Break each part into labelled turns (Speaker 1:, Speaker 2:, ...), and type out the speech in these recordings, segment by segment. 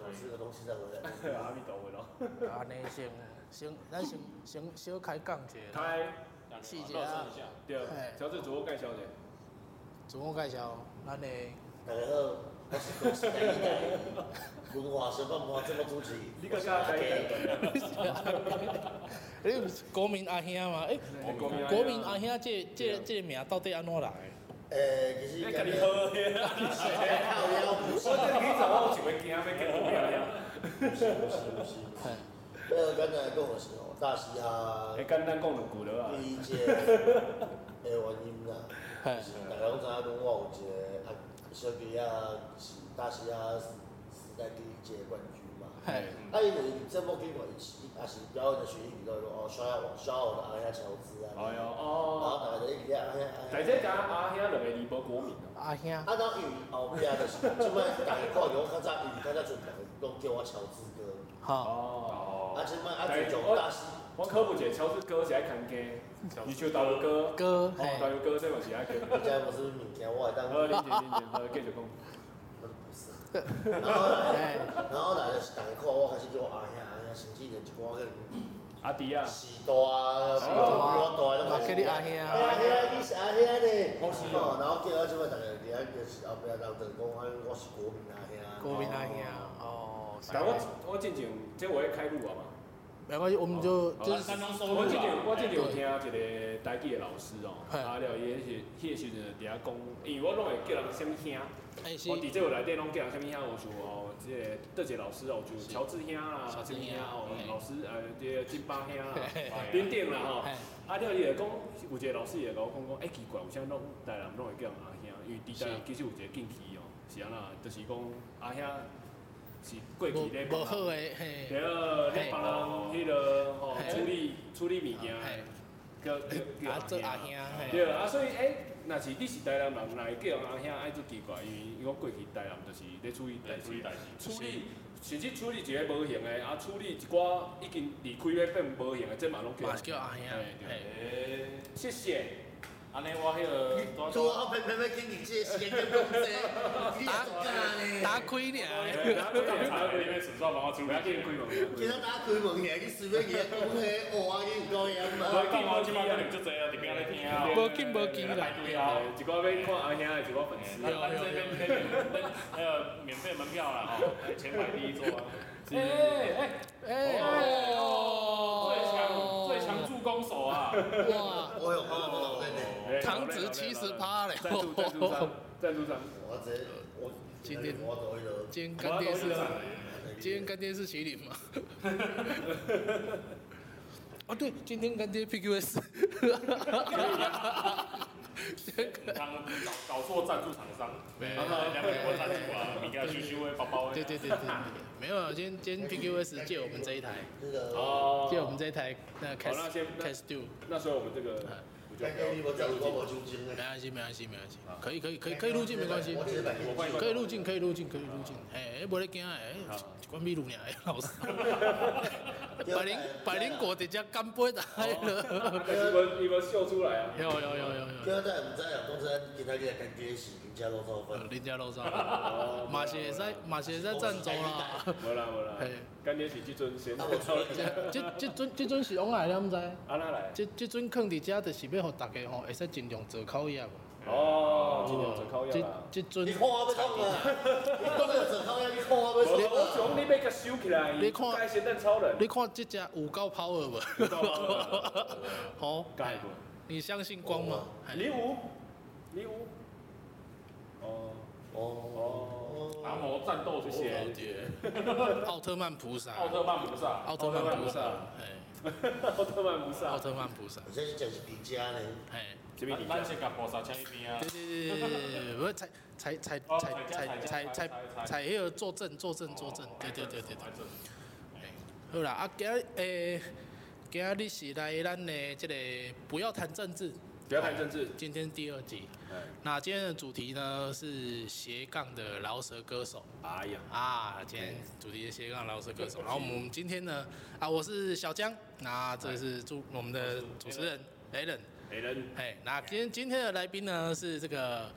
Speaker 1: 知道我在。
Speaker 2: 阿弥陀佛咯，
Speaker 3: 安尼先先咱先先小开讲一下啦，
Speaker 2: 开
Speaker 3: 细节
Speaker 4: 肉
Speaker 3: 啊
Speaker 4: 松一下，
Speaker 2: 对
Speaker 3: 嘿，
Speaker 2: 调整自我介绍者，
Speaker 3: 自我介绍，咱的
Speaker 1: 大家好，我是国时代一代文化神饭文化这么主持。
Speaker 2: 你感觉该
Speaker 1: 我是
Speaker 3: 你不是国民阿兄嘛？诶、
Speaker 2: 我国民阿兄
Speaker 3: 国民阿兄这这这个名到底安怎来的？
Speaker 1: 呃，其实
Speaker 2: 你
Speaker 1: 感
Speaker 2: 跟你
Speaker 1: 觉
Speaker 2: 好好的，
Speaker 1: 靠腰不是
Speaker 2: 我，这你怎么有一个惊要结婚了？
Speaker 1: 不是，不是，不是。
Speaker 3: 嘿
Speaker 1: 呃，刚才讲的是哦，大嘻哈
Speaker 2: 会简单讲两句了啊。
Speaker 1: 第一届的原因啦，
Speaker 3: 嘿
Speaker 1: 就是大家拢知影讲我有一个啊小弟啊是大嘻哈时代第一届冠军嘛。
Speaker 3: 嘿，
Speaker 1: 啊，因为节目经过一起，啊是表演的学习比较多，哦，刷我刷我的阿亚乔治啊，
Speaker 2: 哎呦，
Speaker 1: 然后
Speaker 2: 哦，
Speaker 1: 大家就一直啊，哎呀
Speaker 2: 在这讲阿兄两个离无国民啊，
Speaker 3: 阿兄，
Speaker 1: 啊，然后因为后壁就是，即摆大家看到我较早，因为较早阵大家拢叫我乔治哥，
Speaker 3: 好，
Speaker 2: 哦
Speaker 1: 啊，即摆啊自从大师，
Speaker 2: 我科普者，乔治哥是爱看歌，你就导游哥，
Speaker 3: 哥，嘿
Speaker 2: 哦，，导游哥这嘛是爱看。
Speaker 1: 你知无什么物件，我会当，
Speaker 2: 好，林姐，林姐，好，继续讲。
Speaker 1: 不是，然后来，然后来就是大家看我开始叫我阿兄阿兄，甚至连一寡个
Speaker 2: 阿迪啊，
Speaker 1: 时代啊，比我大拢
Speaker 3: 叫你阿兄
Speaker 1: 哎呀，哎呀，你是阿兄呢？
Speaker 2: 我是
Speaker 1: 哦，然后叫我即摆大家伫遐就是后壁人就讲啊，我是国民阿兄。
Speaker 3: 国民阿兄，哦，是
Speaker 2: 但我
Speaker 3: 安尼
Speaker 2: 我进前，这我会开路啊嘛。
Speaker 3: 没关系，我们就
Speaker 2: 好
Speaker 3: 就
Speaker 4: 咱
Speaker 3: 是
Speaker 4: 咱拢收入
Speaker 2: 我之前
Speaker 4: 啦。
Speaker 2: 我之前有听一个台语的老师哦，
Speaker 3: 嘿
Speaker 2: 啊了伊迄迄个时阵伫遐讲，因为我拢会叫人什么兄，
Speaker 3: 哎是
Speaker 2: 我，伫这有内底拢叫人什么兄，有像哦，即个倒一个老师哦，就乔治兄啦，
Speaker 3: 乔
Speaker 2: 什么
Speaker 3: 治
Speaker 2: 兄
Speaker 3: 兄
Speaker 2: 哦
Speaker 3: 嘿，
Speaker 2: 老师呃即个金巴兄啦哎
Speaker 3: 嘿嘿
Speaker 4: 嘿，
Speaker 2: 等等啦吼
Speaker 3: 嘿。
Speaker 2: 啊了伊会讲，有一个老师伊会甲我讲讲，哎奇怪，有啥拢台南拢会叫人阿兄，因为伫台南
Speaker 3: 是
Speaker 2: 其实有一个禁忌哦，是安那，就是讲阿兄是过
Speaker 3: 无
Speaker 2: 去咧
Speaker 3: 无好诶，嘿，
Speaker 2: 对，咧帮人迄个吼
Speaker 3: 嘿
Speaker 2: 处理处理物件，
Speaker 3: 嘿，
Speaker 2: 叫叫叫
Speaker 3: 啊做阿兄，嘿，
Speaker 2: 对啊，所以诶，若是你是台南人，来叫人阿兄爱做奇怪，因为我过去台南就是咧处理代
Speaker 4: 来处理
Speaker 2: 志
Speaker 4: 代，志，
Speaker 2: 处理甚至处理一个无形的，啊处理一寡已经离开咧变无形的，这嘛拢叫
Speaker 3: 嘛。是叫阿兄，嘿，
Speaker 4: 诶，
Speaker 2: 谢谢，
Speaker 4: 安尼我迄个
Speaker 1: 拄好偏偏要经历这个时间点讲这，你也做呢？
Speaker 3: 打开俩，
Speaker 4: 查理面手上帮我处
Speaker 2: 不
Speaker 4: 理
Speaker 2: 要。紧开门，不
Speaker 1: 其
Speaker 2: 要
Speaker 1: 实
Speaker 2: 紧
Speaker 1: 打开门起，你随便伊讲迄哦，啊，你有够严
Speaker 4: 我
Speaker 1: 嘛？
Speaker 4: 讲我即摆可能足侪啊，伫边咧听啊。
Speaker 3: 无紧无紧啦
Speaker 4: 排，队啊。
Speaker 2: 一寡要看阿兄的一寡粉丝
Speaker 4: 咱。咱这边那个免费门票啦，吼，前排第一座啊。
Speaker 2: 哎哎，
Speaker 3: 哎
Speaker 4: 最强
Speaker 3: 哦，
Speaker 4: 最强助攻手啊！
Speaker 3: 哇，
Speaker 1: 我有看到我在内，
Speaker 2: 哎
Speaker 3: 糖值七十趴了，
Speaker 2: 赞助赞助商，赞助商。
Speaker 1: 我这我我到迄落，
Speaker 3: 今天干爹是
Speaker 4: 我要投一个
Speaker 3: 今天干爹是麒麟吗？哦，对，今天干爹 PQS，
Speaker 4: 他们搞搞错赞助厂商，然后两百多赞助啊，米家羞羞的包包的。
Speaker 3: 对对对对，没有，今天今天 PQS 借我们这一台，
Speaker 1: 那个
Speaker 2: 哦
Speaker 3: 借我们这一台那
Speaker 2: 好那
Speaker 3: Cas
Speaker 2: 先那
Speaker 3: Cas Two，
Speaker 2: 那时候我们这个，我就
Speaker 1: 干爹你无讲我无酒精
Speaker 3: 没
Speaker 1: 诶，
Speaker 3: 关系没关系没关系，可以可以可以可以入境没关系
Speaker 1: 我。只是买
Speaker 3: 可以入境，可以入境，可以入
Speaker 2: 啊
Speaker 3: 境。哎，无咧惊哎，关秘鲁尔哎，老师。
Speaker 2: 啊
Speaker 3: 百灵百灵果直接干杯的嗨了。
Speaker 2: 但是我你们秀出来啊，
Speaker 3: 有有有有有。
Speaker 1: 叫咱毋知啊，讲真，今仔日干爹是人家多少分？
Speaker 3: 呃林家楼上，
Speaker 2: 哦，
Speaker 3: 马鞋在马鞋在赞助啦。
Speaker 2: 没啦没啦
Speaker 3: 嘿，
Speaker 2: 干爹是即阵先，
Speaker 1: 啊，我
Speaker 2: 啊
Speaker 1: 错了，
Speaker 3: 这这阵这阵是往来了，毋知？
Speaker 2: 那来，
Speaker 3: 这这阵放伫遮，就是要互大家吼，会使尽量做口业。
Speaker 2: 哦，今年做烤鸭啦，
Speaker 3: 这这阵
Speaker 1: 你看我要讲啊，你讲到做口音，你看我
Speaker 2: 我
Speaker 1: 要说，
Speaker 2: 我想你要甲收起来，
Speaker 3: 你看
Speaker 2: 该咸蛋超人，
Speaker 3: 你看这只有够 power
Speaker 2: 哦
Speaker 3: 无？好，
Speaker 2: 盖过，
Speaker 3: 你相信光吗？
Speaker 2: 你有，你有，哦
Speaker 1: 哦
Speaker 4: 达
Speaker 1: 哦，
Speaker 4: 摩战斗主
Speaker 2: 谢谢
Speaker 4: 线，
Speaker 3: 奥特曼菩萨，
Speaker 4: 奥特曼菩萨，
Speaker 3: 奥特曼菩萨，哎。
Speaker 2: 奥特曼菩萨
Speaker 3: 奥，特曼菩萨，
Speaker 1: 我这是真是皮家呢，
Speaker 3: 哎，
Speaker 2: 这边
Speaker 4: 咱
Speaker 2: 你
Speaker 4: 咱先甲菩萨请一边啊
Speaker 3: 对。对对对对对，不是才才才才才才才才迄个作证作证作证，对对对对对，好啦，啊今诶，今日是来咱的这个不要谈政治，
Speaker 2: 不要谈政治，
Speaker 3: 今天第二集，
Speaker 2: 哎
Speaker 3: 那今天的主题呢是斜杠的饶舌歌手
Speaker 2: 哎呀，
Speaker 3: 啊，今天主题是斜杠饶舌歌手，然后我们今天呢啊，我是小江，那这是主我们的主持人 Allen。
Speaker 2: 黑人，
Speaker 3: 哎，那今天今天的来宾呢是这个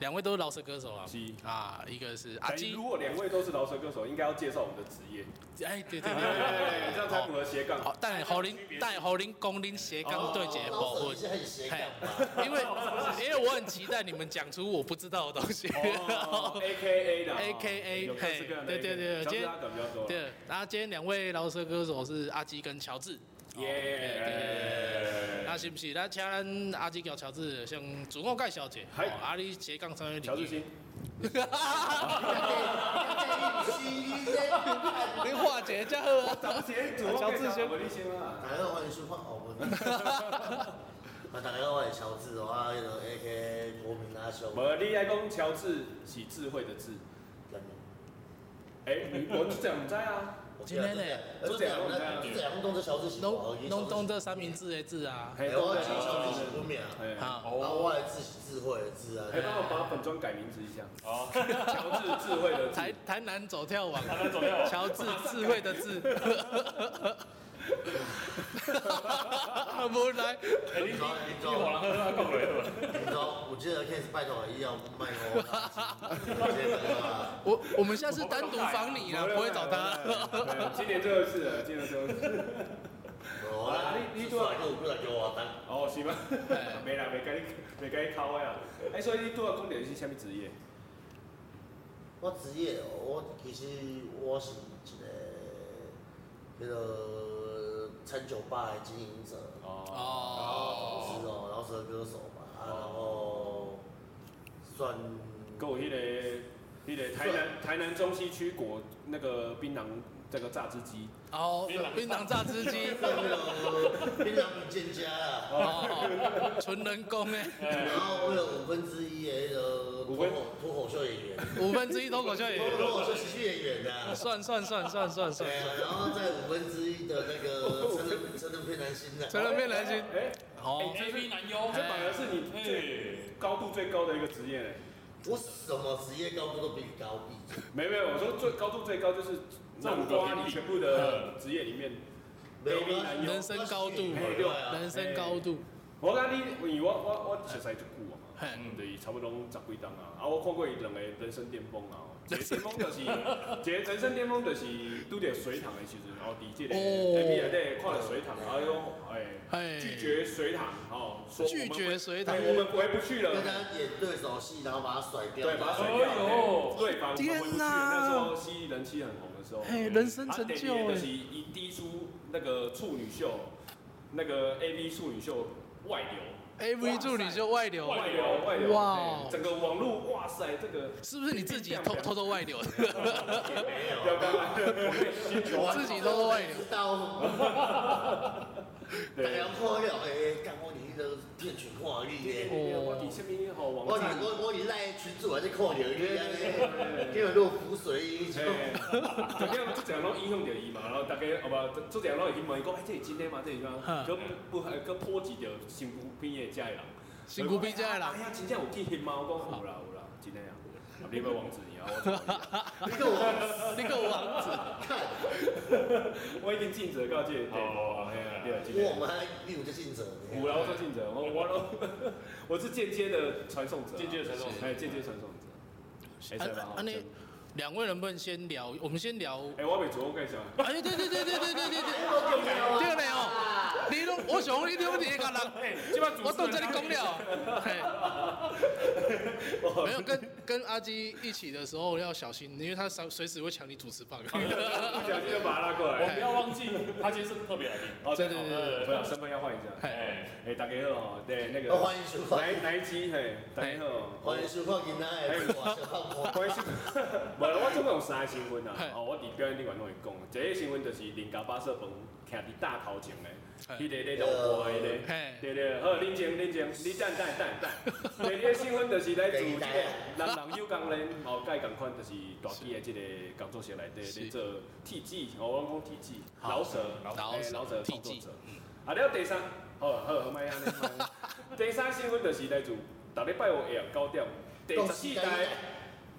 Speaker 3: 两位都是饶舌歌手啊。
Speaker 2: 是
Speaker 3: 啊，一个是阿基
Speaker 2: 如，果两位都是饶舌歌手，应该要介绍我们的职业，
Speaker 3: 哎，对对对
Speaker 2: 对
Speaker 3: 对对
Speaker 2: 对对，这样才符合斜杠。
Speaker 3: 好，但互恁但互恁讲恁斜杠对决
Speaker 1: 老
Speaker 3: 部分
Speaker 1: 手也，是很斜杠吧？
Speaker 3: 因为因为我很期待你们讲出我不知道的东西。
Speaker 2: A K A 的
Speaker 3: AKA
Speaker 2: 有各式各样的
Speaker 3: 嘿对对
Speaker 2: AKA
Speaker 3: 对
Speaker 2: 小
Speaker 3: 今
Speaker 2: 资
Speaker 3: 天
Speaker 2: 阿梗比较多，
Speaker 3: 对，然后今天两位饶舌歌手是阿基跟乔治。
Speaker 2: 耶，
Speaker 3: 那是不是咱请咱阿基跟乔治先自我介绍一下？
Speaker 2: 嗨
Speaker 3: 哦啊，你斜杠三位
Speaker 2: 乔治
Speaker 3: 领域。
Speaker 2: 星，
Speaker 3: 你化解较好啊。
Speaker 2: 乔治星，
Speaker 3: 乔治先
Speaker 2: 我立星啊，
Speaker 1: 大家好，我是舒焕哦，我啊，大家好，我是乔治哦，啊，迄个 A K 国民阿兄，
Speaker 2: 无你爱讲乔治是智慧的智，哎，你我这样知啊，
Speaker 3: 真的嘞
Speaker 1: 就这样，就这样，动作乔治是
Speaker 2: 哦
Speaker 1: 我
Speaker 3: 拢拢当这三明治的字啊。
Speaker 2: 嘿，
Speaker 1: 我是乔治是本名，
Speaker 2: 哎，
Speaker 3: 啊，
Speaker 1: 然后我的字是智慧的字啊，
Speaker 2: 还帮我把本庄改名字一下，哦，乔治智慧的
Speaker 3: 台
Speaker 2: 智，
Speaker 3: 台南走跳网，
Speaker 4: 他走掉了，
Speaker 3: 乔治智慧的智。 无来，
Speaker 4: 哎，你你你火狼喝他够了，
Speaker 1: 你知道，我记得 case 拜托一要卖给我，
Speaker 3: 我我们下次单独访你啦，不会找他。
Speaker 2: 他，今年最后一次了，今年最后一次，
Speaker 1: 我啦，来给我过来给我当，
Speaker 2: 哦，是吗？
Speaker 3: 哎
Speaker 2: 没啦，没跟你没跟你考啊，哎，所以你拄啊讲到是啥物职业？
Speaker 1: 我职业哦，我其实我是一个迄个餐酒吧的经营者。
Speaker 2: 哦，
Speaker 3: 哦，
Speaker 1: 是哦，然后是歌手嘛，啊，然后算
Speaker 2: 够迄个迄个台南台南中西区国那个槟榔这个榨汁机，
Speaker 3: 哦，槟榔榨汁机，
Speaker 1: 算那个非常不见家啦。
Speaker 3: 哦，纯人工诶，
Speaker 1: 然后我有五分之一的那个脱
Speaker 2: 五分
Speaker 1: 口脱口秀演员，
Speaker 3: 五分之一脱口秀演员，
Speaker 1: 脱口秀喜剧演员的啊。
Speaker 3: 算算算算算算
Speaker 1: 对，啊，然后在五分之一的那个成人成人片男星的，
Speaker 3: 成人变男星，
Speaker 2: 哎，
Speaker 3: 哦，
Speaker 2: 这是
Speaker 4: 男优
Speaker 2: 这反而是你最
Speaker 4: 哎，
Speaker 2: 高度最高的一个职业嘞。
Speaker 1: 我什么职业高度都比你高，闭嘴。
Speaker 2: 没没有，我说最高度最高就是
Speaker 4: 这五
Speaker 2: 南
Speaker 4: 个
Speaker 2: 瓜
Speaker 4: 评比
Speaker 2: 你全部的职业里面。
Speaker 1: 没有
Speaker 2: 没男
Speaker 1: 我
Speaker 2: 优
Speaker 3: 人生高度
Speaker 1: 我喜欢啊
Speaker 3: 人生高度，
Speaker 2: 我讲你，因为我我我实在就久啊嘛，
Speaker 3: 嘿，
Speaker 4: 嗯
Speaker 2: 就是差不多拢十几档啊。啊，我看过伊两个人生巅峰啊，一个巅峰就是 一个人生巅峰就是拄着水塘的时阵，哦，伫这个
Speaker 3: 哦
Speaker 2: A P 内底看着水塘，然后用哎。
Speaker 3: 哎，
Speaker 2: 拒绝水塘哦，说我们
Speaker 3: 拒绝水塘
Speaker 2: 哎我们回不去了
Speaker 1: 跟。他演对手戏，然后把他甩掉。
Speaker 2: 对，把它甩掉。
Speaker 4: 哎呦
Speaker 2: 对对方回不去了。
Speaker 3: 天哪
Speaker 2: 那时候蜥蜴人气很红的时候，啊
Speaker 3: 嘿，人生
Speaker 2: 他
Speaker 3: 成
Speaker 2: 第一
Speaker 3: 就
Speaker 2: 年就是
Speaker 3: 哎，
Speaker 2: 一第一出那个处女秀，那个 A V 处女秀外流，
Speaker 3: AV 助理就外流，
Speaker 2: 外流，外流。
Speaker 3: 哇哦
Speaker 2: 哎整个网络，哇塞，这个
Speaker 3: 是不是你自己偷偷偷外流的？
Speaker 1: 没有。
Speaker 2: 要干嘛？啊
Speaker 1: 我
Speaker 3: 自己都会
Speaker 1: 知道，
Speaker 2: 对
Speaker 1: 大家。看哎了诶，干我你那个骗取话语耶！
Speaker 2: 我底下面吼
Speaker 1: 我
Speaker 2: 网
Speaker 1: 你
Speaker 2: 站，
Speaker 1: 我我你赖群主还在看你哎
Speaker 2: 对
Speaker 1: 你安
Speaker 2: 对对
Speaker 1: 尼，
Speaker 2: 对
Speaker 1: 给我落浮水
Speaker 2: 嘿，
Speaker 1: 衣就。
Speaker 2: 就这样，就这样拢影响到伊嘛，然后大家啊不，就这样拢会去问伊讲，哎，这是真的吗？这是啥？佮不还佮波及到身躯边的家人。
Speaker 3: 辛苦毕竟啦
Speaker 2: 哎，呀，真正有见现吗？我讲有啦有啦，真的啊。啊，你要网址你啊，我
Speaker 1: 你跟我
Speaker 3: 那个
Speaker 2: 哎
Speaker 3: 王子，
Speaker 1: 看，
Speaker 2: 我已经尽责告诫。哦，哎呀，对啊，真
Speaker 1: 我
Speaker 2: 的。
Speaker 1: 们还有这性质。
Speaker 2: 有啦，我做尽责，我我拢，我是间接的传送者。
Speaker 4: 间接的传送者
Speaker 2: 哎，间接传送者。哎，
Speaker 3: 啊
Speaker 2: 对吧？
Speaker 3: 啊那两位能不能先聊？我们先聊，
Speaker 2: 哎，我未自我介绍。
Speaker 3: 哎，对对对对对对对对对。
Speaker 1: 我中了
Speaker 3: 对嘞哦，你拢我想讲你拢第一个人，
Speaker 2: 哎，即摆主
Speaker 3: 我都这里讲了。嘿
Speaker 2: 我
Speaker 3: 没有跟跟阿基一起的时候要小心，因为他随随时会抢你主 持棒。
Speaker 2: 不小心就把他拉过
Speaker 4: 我
Speaker 2: 来。
Speaker 4: 不要忘记，他今天是特别来宾，
Speaker 2: 哦，
Speaker 3: 对
Speaker 2: 对
Speaker 3: 对哦
Speaker 2: 对
Speaker 4: 对
Speaker 2: 对，
Speaker 4: 对
Speaker 2: 不要身份要换一下。
Speaker 3: 嘿
Speaker 4: 哎，
Speaker 2: 哎，大家好，对那
Speaker 1: 我
Speaker 2: 个
Speaker 1: 欢迎收
Speaker 2: 哪
Speaker 1: 看，
Speaker 2: 一哪一集嘿，大家
Speaker 3: 哎
Speaker 2: 好，哦
Speaker 1: 欢迎收看今仔的我是胖婆。
Speaker 2: 关心， 无啦，我总共有三个新闻啊
Speaker 3: 嘿，
Speaker 2: 哦，我伫表演顶面拢会讲，第一个新闻就是林家巴社饭徛伫大头前的，迄
Speaker 3: 嘿
Speaker 2: 个咧落花迄个，
Speaker 3: 嘿，
Speaker 2: 对对，好，恁前恁前，你等等等等，第二个新闻就是来自即个人人有工人，哦，甲伊共款，就是大基的即个工作室内底咧做体技，哦，我讲体技，老舍，
Speaker 3: 老
Speaker 2: 老舍创
Speaker 3: 手体
Speaker 2: 作
Speaker 3: 技
Speaker 2: 者。啊，了第三，好好好，莫安尼。莫安尼第三新闻就是来自逐礼拜五下午九点，第十四代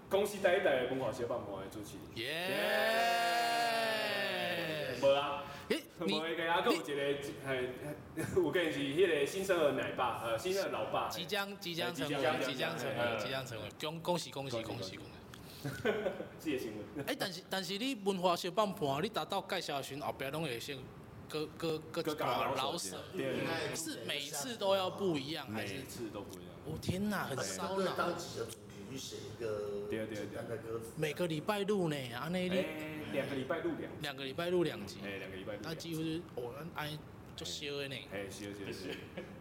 Speaker 2: 公司第一代的文化小放盘的主持人。
Speaker 3: 耶！
Speaker 2: 无啊，
Speaker 3: 诶，
Speaker 2: 无迄个啊，佫有一个，嘿，有个是迄个新生儿奶爸，呃，新生儿老爸。
Speaker 3: 即将即将成
Speaker 2: 即将呃
Speaker 3: 为，即将成为，即将成为，恭恭喜恭喜
Speaker 2: 恭
Speaker 3: 恭
Speaker 2: 喜
Speaker 3: 喜恭喜！
Speaker 2: 这个新闻。
Speaker 3: 哎，但是但是你文化小放盘，你达到介绍的时候，后壁拢会先搁搁搁
Speaker 2: 搁
Speaker 3: 一
Speaker 2: 加
Speaker 3: 段
Speaker 2: 老哎
Speaker 3: 老
Speaker 2: 舍
Speaker 3: 舍，
Speaker 2: 对
Speaker 3: 是每次都要不一样，还
Speaker 2: 每
Speaker 3: 是
Speaker 2: 一？次都不一样。
Speaker 3: 我天哪，很
Speaker 1: 针
Speaker 3: 烧
Speaker 1: 对
Speaker 3: 脑。
Speaker 1: 当季的主题去写一个
Speaker 2: 对对对
Speaker 1: 简单的歌词。
Speaker 3: 每个礼拜录呢，安尼你
Speaker 2: 哎，两个礼拜录两集，
Speaker 3: 两个礼拜录两集，
Speaker 2: 哎，两个礼拜录
Speaker 3: 嗯那
Speaker 2: 两
Speaker 3: 几
Speaker 2: 集。
Speaker 3: 乎是哦，安安就烧的呢。
Speaker 2: 哎，是是是，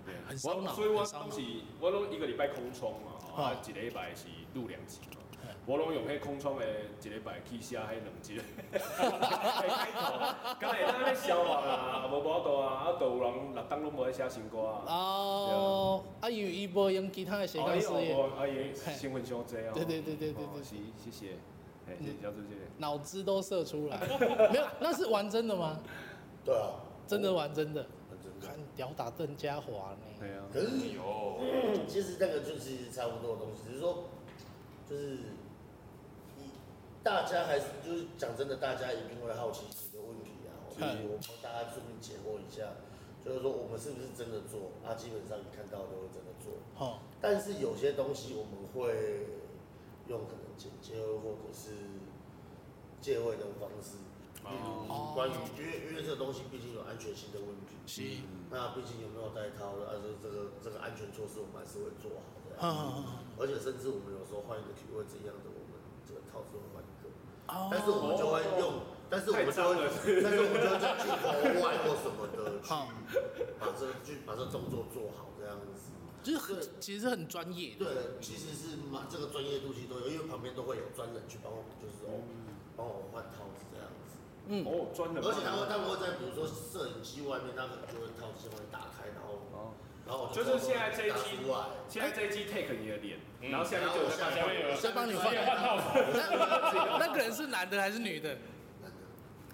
Speaker 2: 对啊
Speaker 3: 很烧脑
Speaker 2: 我所以我
Speaker 3: 很烧脑哦
Speaker 2: 拢是，我拢一个礼拜空窗嘛，吼，啊，一个礼拜是录两集嘛。
Speaker 3: 嗯
Speaker 2: 我拢用迄空窗的一个礼拜去写迄两集， 开头，敢会咱咧消化 啦，无无度啊，啊，都有人六档拢无咧写新歌啊。
Speaker 3: 哦，啊，有伊无用其他的斜
Speaker 2: 哦，
Speaker 3: 杠
Speaker 2: 你
Speaker 3: 事业，
Speaker 2: 哦，阿爷新闻上济哦。
Speaker 3: 对对对对对对嗯
Speaker 2: 哦是，谢谢，哎，谢谢小主席。
Speaker 3: 脑汁都射出 来。没有，那是玩真的吗？
Speaker 1: 对啊，
Speaker 3: 真的玩真的，
Speaker 1: 很真
Speaker 3: 看
Speaker 1: 的。
Speaker 3: 屌打邓家华呢。
Speaker 2: 对啊，
Speaker 1: 可是
Speaker 4: 有，
Speaker 1: 其实那个就是差不多的东西，只是说，就是你大家还是就是讲真的，大家一定会好奇几个问题啊。所以
Speaker 3: 嗯
Speaker 1: 我们帮大家顺便解惑一下，就是说我们是不是真的做啊？基本上你看到都会真的做，
Speaker 3: 哦，
Speaker 1: 但是有些东西我们会用可能剪接或者是借位的方式，例
Speaker 3: 哦
Speaker 1: 如关于因为因为这个东西毕竟有安全性的问题，
Speaker 3: 是，
Speaker 1: 那毕竟有没有戴套的，而且这个这个安全措施我们还是会做好的啊、
Speaker 3: 嗯，
Speaker 1: 而且甚至我们有时候换一个体位是一样的，我们这个套子会换一个，但是
Speaker 3: 哦，
Speaker 1: 我们就会用，但是我们就会，但是我们就会去头外或什么的去
Speaker 3: 好，
Speaker 1: 把这个去把这个动作做好这样子。
Speaker 3: 就是很其实很专业的。
Speaker 1: 对，其实是蛮这个专业度其实都有，因为旁边都会有专人去帮我们，就是说
Speaker 2: 嗯
Speaker 1: 帮我们换套子这样子。
Speaker 3: 嗯，
Speaker 2: 哦，专人。
Speaker 1: 而且他会，他们会在比如说摄影机外面，他可能就会套子先会打开，然后
Speaker 2: 哦，
Speaker 1: 然后我
Speaker 2: 就是现在这一
Speaker 1: 打
Speaker 2: 期
Speaker 1: 出来，
Speaker 2: 现在这一期 take 你的脸，
Speaker 4: 嗯
Speaker 2: 然后下面就有
Speaker 4: 下面有人
Speaker 3: 先帮你换
Speaker 4: 换套子，
Speaker 3: 那那个人是男的还是女的？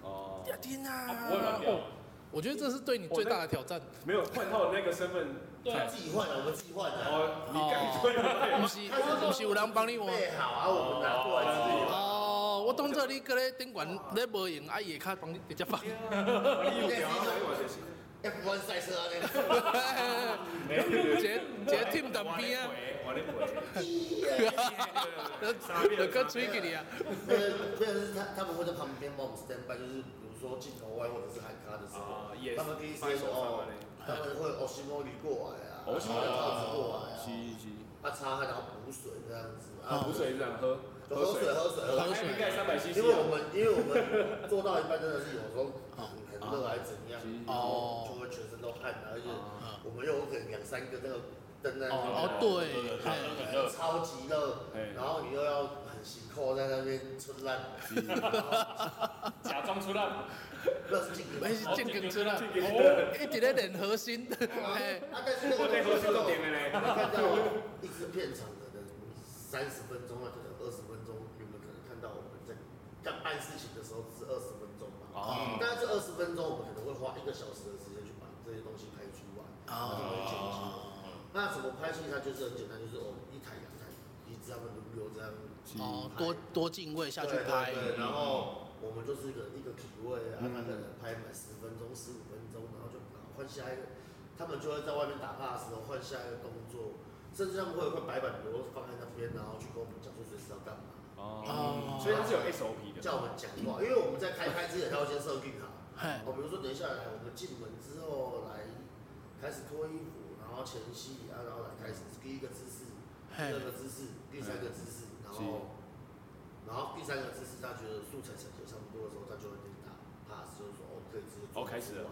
Speaker 2: 哦，
Speaker 3: 呀天哪！
Speaker 4: 啊不会乱掉
Speaker 3: 哦，我觉得这是对你最大的挑战。
Speaker 2: 没有换套的那个身份，
Speaker 4: 对啊
Speaker 1: 自己换的，我们自己换啊的。
Speaker 2: 哦，你敢对
Speaker 3: 不是不是有人帮你换。
Speaker 1: 备好啊，我们拿过来自己换。
Speaker 3: 哦，我当作你搁咧顶悬咧无用，啊伊下骹帮你 直接放。
Speaker 2: 吗？你有条啊，你有就是。
Speaker 1: F1 赛车啊，
Speaker 2: 没有
Speaker 3: 一个一个 team 当边啊，
Speaker 2: 我咧陪，
Speaker 1: 那
Speaker 3: 就
Speaker 1: 个，
Speaker 3: 搁吹给你啊。
Speaker 1: 那个，那个是他他们会在旁边帮我们 stand by，就是比如说镜头外或者是喊卡的时
Speaker 2: 啊，
Speaker 1: 候，
Speaker 2: 也
Speaker 1: 他们第一时间说哦，他们会哦西摩里过来啊，
Speaker 2: 哦
Speaker 1: 西摩里套子过来啊，
Speaker 2: 是是，
Speaker 1: 啊擦汗然后补水这样子啊，
Speaker 2: 补水然喝，
Speaker 1: 就喝水喝水喝水。
Speaker 2: 还瓶盖三百 CC，
Speaker 1: 因为我们因为我们做到一半真的是有时候很很热还是怎样，然
Speaker 3: 哦
Speaker 1: 后就会全身都汗，而且
Speaker 2: 哦
Speaker 3: 啊
Speaker 1: 我们又有可能两三个那个灯啊在那边
Speaker 3: 哦对，嘿
Speaker 1: 超级热
Speaker 2: 哎，
Speaker 1: 然后你又要很辛苦在那边春烂，
Speaker 4: 假装出烂，
Speaker 1: 热是进
Speaker 3: 我们
Speaker 1: 的。
Speaker 3: 是健康出啦，
Speaker 4: 哦，
Speaker 3: 一直咧练核心，嘿，
Speaker 1: 啊，但是那
Speaker 2: 我
Speaker 1: 个
Speaker 2: 在
Speaker 1: 东
Speaker 2: 喝水
Speaker 1: 西真
Speaker 2: 都
Speaker 1: 的
Speaker 2: 点的嘞。
Speaker 1: 我看到一支片场可能三十分钟啊，可能二十分钟，你们可能看到我们在干办事情的时候是二十分钟嘛。
Speaker 2: 哦，
Speaker 1: 但这二十分钟，我们可能会花一个小时的时间去把这些东西拍出来，然后就会剪辑。
Speaker 3: 哦
Speaker 1: 那怎么拍戏？它就是很简单，就是哦，一台两台，一直他们轮流这样
Speaker 3: 哦，多多敬畏下去
Speaker 1: 对
Speaker 3: 拍，
Speaker 1: 对对，然后我们就是一个一个体位啊，他可能拍满十分钟、十五分钟，然后就换下一个，他们就会在外面打趴的时候换下一个动作，甚至他们会会白板留放在那边，然后去跟我们讲说随时要干嘛，
Speaker 2: 哦，所以它是有 SOP 的。
Speaker 1: 叫我们讲话，因为我们在开拍之前他要先设定好，
Speaker 3: 嘿，
Speaker 1: 哦，比如说等一下来，我们进门之后来开始脱衣服，然后前戏啊，然后来开始第一个姿势，第
Speaker 3: 嘿
Speaker 1: 二个姿势，第三个姿势，然
Speaker 2: 哎是
Speaker 1: 后然后第三个姿势，他觉得素材呈现差不多的时候，他就会给你打 pass，就是说哦，可以直接
Speaker 2: 哦开始了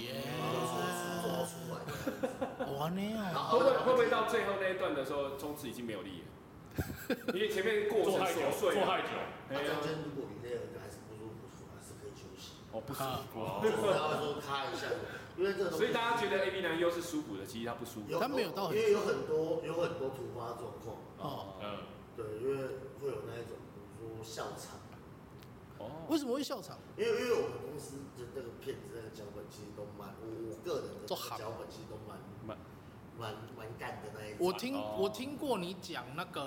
Speaker 3: 耶，
Speaker 1: 做出来，
Speaker 3: 哇呢
Speaker 1: 然
Speaker 3: 哦，
Speaker 1: 后
Speaker 2: 会不会会不会到最后那一段的时候，冲刺已经没有力了？因为前面过
Speaker 4: 做
Speaker 2: 程
Speaker 4: 太久
Speaker 2: 琐，碎啊哎
Speaker 4: 做
Speaker 2: 了，
Speaker 4: 太久，
Speaker 1: 那中间如果你累了，你还是不舒服，还是可以休息，
Speaker 2: 哦不舒服。
Speaker 1: 就是他会说咔一下，因为这个东西
Speaker 2: 所以大家觉得 A B 男优是舒服的，其实他不舒服。
Speaker 1: 有
Speaker 3: 他没有到很
Speaker 1: 因为有很多有很多突发状况，
Speaker 3: 哦，
Speaker 4: 嗯，
Speaker 1: 对，因为会有那一种，比如说笑场。
Speaker 2: 哦，
Speaker 3: 为什么会笑场？
Speaker 1: 因为因为我们公司的那个片子那个脚本其实都蛮，我我个人的
Speaker 3: 都好
Speaker 1: 脚本其实都蛮
Speaker 2: 蛮
Speaker 1: 蛮蛮干的那一种。
Speaker 3: 我听
Speaker 2: 哦
Speaker 3: 我听过你讲那个，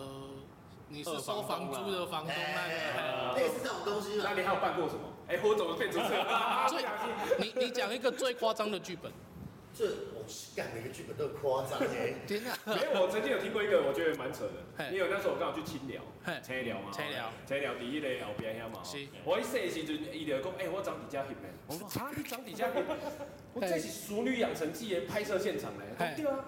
Speaker 3: 你是收房租的房东那个，
Speaker 1: 哎类似这种东西
Speaker 2: 那
Speaker 1: 啦。
Speaker 2: 你还有办过什么？哎，我怎么变主持人？
Speaker 3: 最你你讲一个最夸张的剧本，
Speaker 1: 这我干每个剧本都很夸张耶，
Speaker 3: 天哪！
Speaker 2: 没有，我曾经有听过一个，我觉得蛮扯的
Speaker 3: 嘿。
Speaker 2: 因为那时候我刚好去清聊
Speaker 3: 嘿，
Speaker 2: 清聊嘛，
Speaker 3: 青寮
Speaker 2: 清聊第一个后边遐嘛。
Speaker 3: 是
Speaker 2: 我一说的时阵，伊就讲，哎，我长底家翕的。我说，哈，你长底家翕？ 我这是《熟女养成记》的拍摄现场嘞。
Speaker 3: 嘿
Speaker 2: 对啊。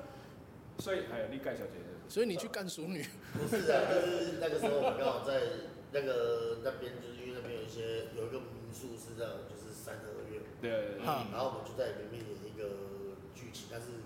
Speaker 2: 所以还有你盖小姐
Speaker 3: 所以你去干熟女，
Speaker 1: 不是啊，就是那个时候我们刚好在那个那边，就是因为那边有一些有一个民宿是这样，就是三合院，
Speaker 2: 对对对对
Speaker 3: 嗯
Speaker 1: 然后我们就在里面演一个剧情，但是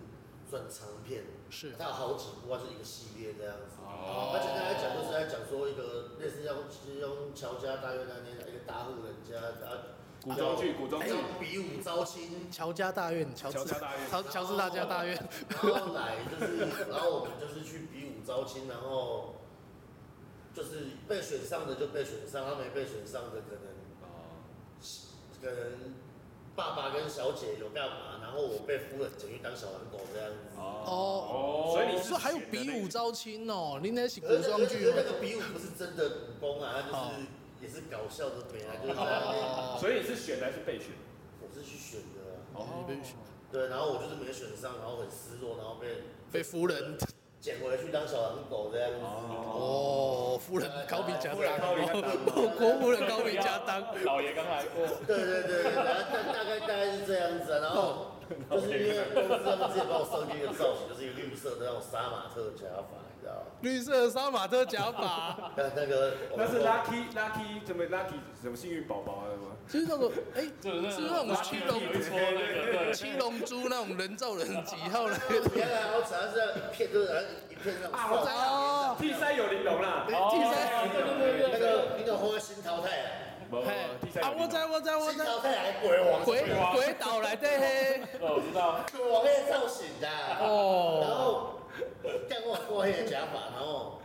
Speaker 1: 算长片，
Speaker 3: 是
Speaker 1: 它有好几部，它是一个系列这样子。
Speaker 2: 哦
Speaker 1: 而且他讲就是在讲说一个类似像用乔家大院那边的一个大户人家，然后
Speaker 2: 古装剧，古装剧
Speaker 1: 要，比武招亲，
Speaker 3: 乔家大院，哎哦乔
Speaker 2: 乔
Speaker 3: 治
Speaker 2: 家大院
Speaker 3: 乔乔治大家大院，
Speaker 1: 然后来就是，然后我们就是去比武招亲，然后就是被选上的就被选上，他没被选上的可能可能爸爸跟小姐有干嘛，然后我被夫人捡去当小狼狗这样子。
Speaker 3: 哦
Speaker 2: 所以你是
Speaker 3: 所以还有
Speaker 2: 选的
Speaker 3: 比
Speaker 2: 那
Speaker 3: 武
Speaker 2: 个
Speaker 3: 招亲哦，你那是古
Speaker 1: 可是那
Speaker 3: 装
Speaker 1: 个
Speaker 3: 剧
Speaker 1: 可是
Speaker 3: 吗？
Speaker 1: 那个比武不是真的武功啊，他就是也是搞笑的美啊，就是在那边
Speaker 3: 哦，
Speaker 2: 所以你是选的还是被选？
Speaker 1: 我是去选的啊、
Speaker 3: 哦被选
Speaker 1: 对，然后我就是没选上，然后很失落，然后被
Speaker 3: 被夫人
Speaker 1: 捡回去当小狼狗这样子。哦
Speaker 3: 哦，夫人高比家
Speaker 1: 夫人
Speaker 3: 大，
Speaker 1: 高比家大
Speaker 3: 我国夫人高比家当。
Speaker 4: 老爷刚来过，
Speaker 1: 对对对，对然后大大概大概是这样子、啊，然后就是因为公司他们自己帮我设计一个造型，就是一个绿色的那种杀马特假发，你知道吗？
Speaker 3: 绿色杀马特假发，
Speaker 1: 但那个
Speaker 2: 那是 lucky lucky 怎么 lucky 什么幸运宝宝啊什么？
Speaker 3: 就是那种哎，
Speaker 4: 就是那
Speaker 3: 是那种七龙
Speaker 4: 有一撮那个对
Speaker 3: 七龙珠那种人造人几号来
Speaker 1: 那个不要啊，然后只要是那一片就是然后一片那种
Speaker 2: 啊我知
Speaker 3: 哦，
Speaker 2: T 三有玲珑啦，
Speaker 4: 哦
Speaker 3: 替身，
Speaker 4: 对对
Speaker 1: 那
Speaker 4: 对对
Speaker 1: 个你有会不会新淘汰啊？
Speaker 2: T
Speaker 3: 嘿，
Speaker 2: 三
Speaker 3: 啊，我知我知我
Speaker 1: 新
Speaker 3: 知，
Speaker 1: 淘汰还鬼王
Speaker 3: 鬼鬼岛来的嘿，
Speaker 4: 哦，我知道，
Speaker 1: 鬼王那个造型啊的、然
Speaker 3: 哦，
Speaker 1: 后干过过黑的假发，然后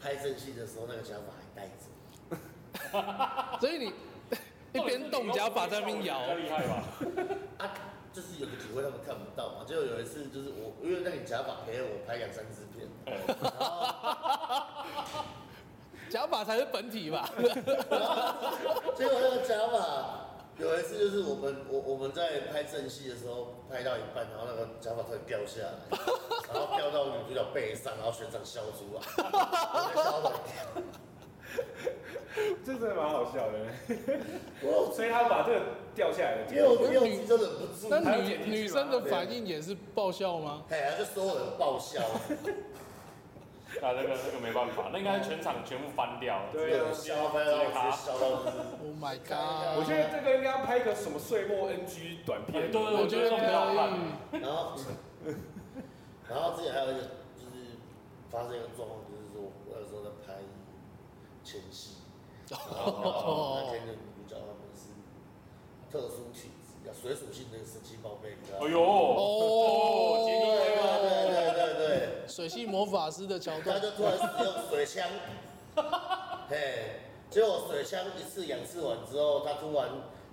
Speaker 1: 拍正戏的时候那个假发还戴着。
Speaker 3: 所以你一边动假发在那边摇
Speaker 4: 比，较厉害吧？
Speaker 1: 啊，就是有个机会他们看不到嘛。就有一次，就是我因为那个假发陪我拍两三支片，然后
Speaker 3: 假发才是本体吧？
Speaker 1: 结果那个假发有一次就是我们我我们在拍正戏的时候拍到一半，然后那个假发突然掉下来，然后掉到女主角背上，然后全场笑出来，我在笑到掉
Speaker 2: 这真的蛮好笑的。
Speaker 1: 我
Speaker 2: 所以他把这个掉下来
Speaker 1: 因为我
Speaker 2: 了，
Speaker 1: 没有急就忍不住，
Speaker 3: 那
Speaker 1: 哎
Speaker 3: 女女生的反应也是爆笑吗？
Speaker 1: 呀，就所有人爆笑，
Speaker 4: 啊，那个那个没办法，那应该全场全部翻掉。
Speaker 2: 对啊
Speaker 1: 笑翻，然后我直接笑到就是。
Speaker 3: Oh my god！
Speaker 2: 我觉得这个应该要拍一个什么岁末 NG 短片。
Speaker 4: 对
Speaker 3: 哎我觉得
Speaker 4: 很好看。
Speaker 3: 可
Speaker 1: 然后，然后之前还有一个就是发生一个状况，就是说我那时候在拍前戏，然后那天的女主角他们是特殊体质，要水属性的神奇宝贝，你知道吗
Speaker 4: 哎？呦，哦，杰尼龟
Speaker 1: 对
Speaker 4: 吗？
Speaker 1: 对对对对
Speaker 3: 以水系魔法师的桥
Speaker 1: 对，他
Speaker 3: 段
Speaker 1: 就突然使用水枪，嘿，结果水枪一次两次完之后，他突然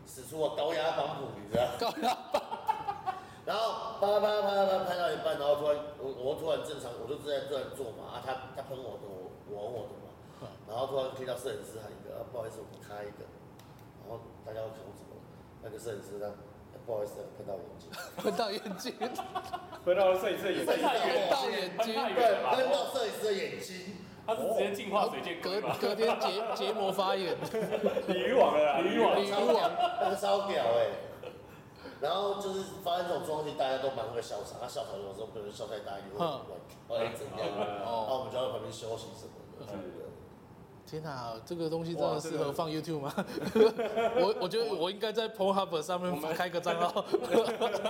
Speaker 1: 使出了高压绑斧，你知道吗？
Speaker 3: 高压
Speaker 1: 啊然后啪啪啪啪啪拍到一半，然后突然我我突然正常，我就在这样做嘛，啊他他喷我的，我我我的嘛，然后突然听到摄影师喊一个，啊不好意思，我们开一个，然后大家都想怎么了，那个摄影师他、啊不好意思喷到眼睛，
Speaker 3: 喷到眼睛，
Speaker 2: 回到摄影师的眼睛，
Speaker 3: 喷到眼睛，
Speaker 4: 太远
Speaker 1: 对，
Speaker 4: 了吧
Speaker 1: 喷到摄影师的眼睛，
Speaker 4: 它是直接进化水箭
Speaker 3: 隔
Speaker 4: 龟吧？
Speaker 3: 隔天结结膜发炎，
Speaker 2: 鲤鱼网了啦，
Speaker 4: 鲤鱼网
Speaker 3: 鲤鱼王
Speaker 1: 那个超屌哎、然后就是发生这种状况，大家都蛮会笑场，他笑场有时候不能笑太大，也会
Speaker 3: 嗯
Speaker 1: 乱搞，哎怎样？然后我们就在旁边休息什么的，对不对？
Speaker 3: 天哪，这个东西真的适 合放 YouTube 吗？ 我我觉得我应该在 Pornhub 上面开个账号。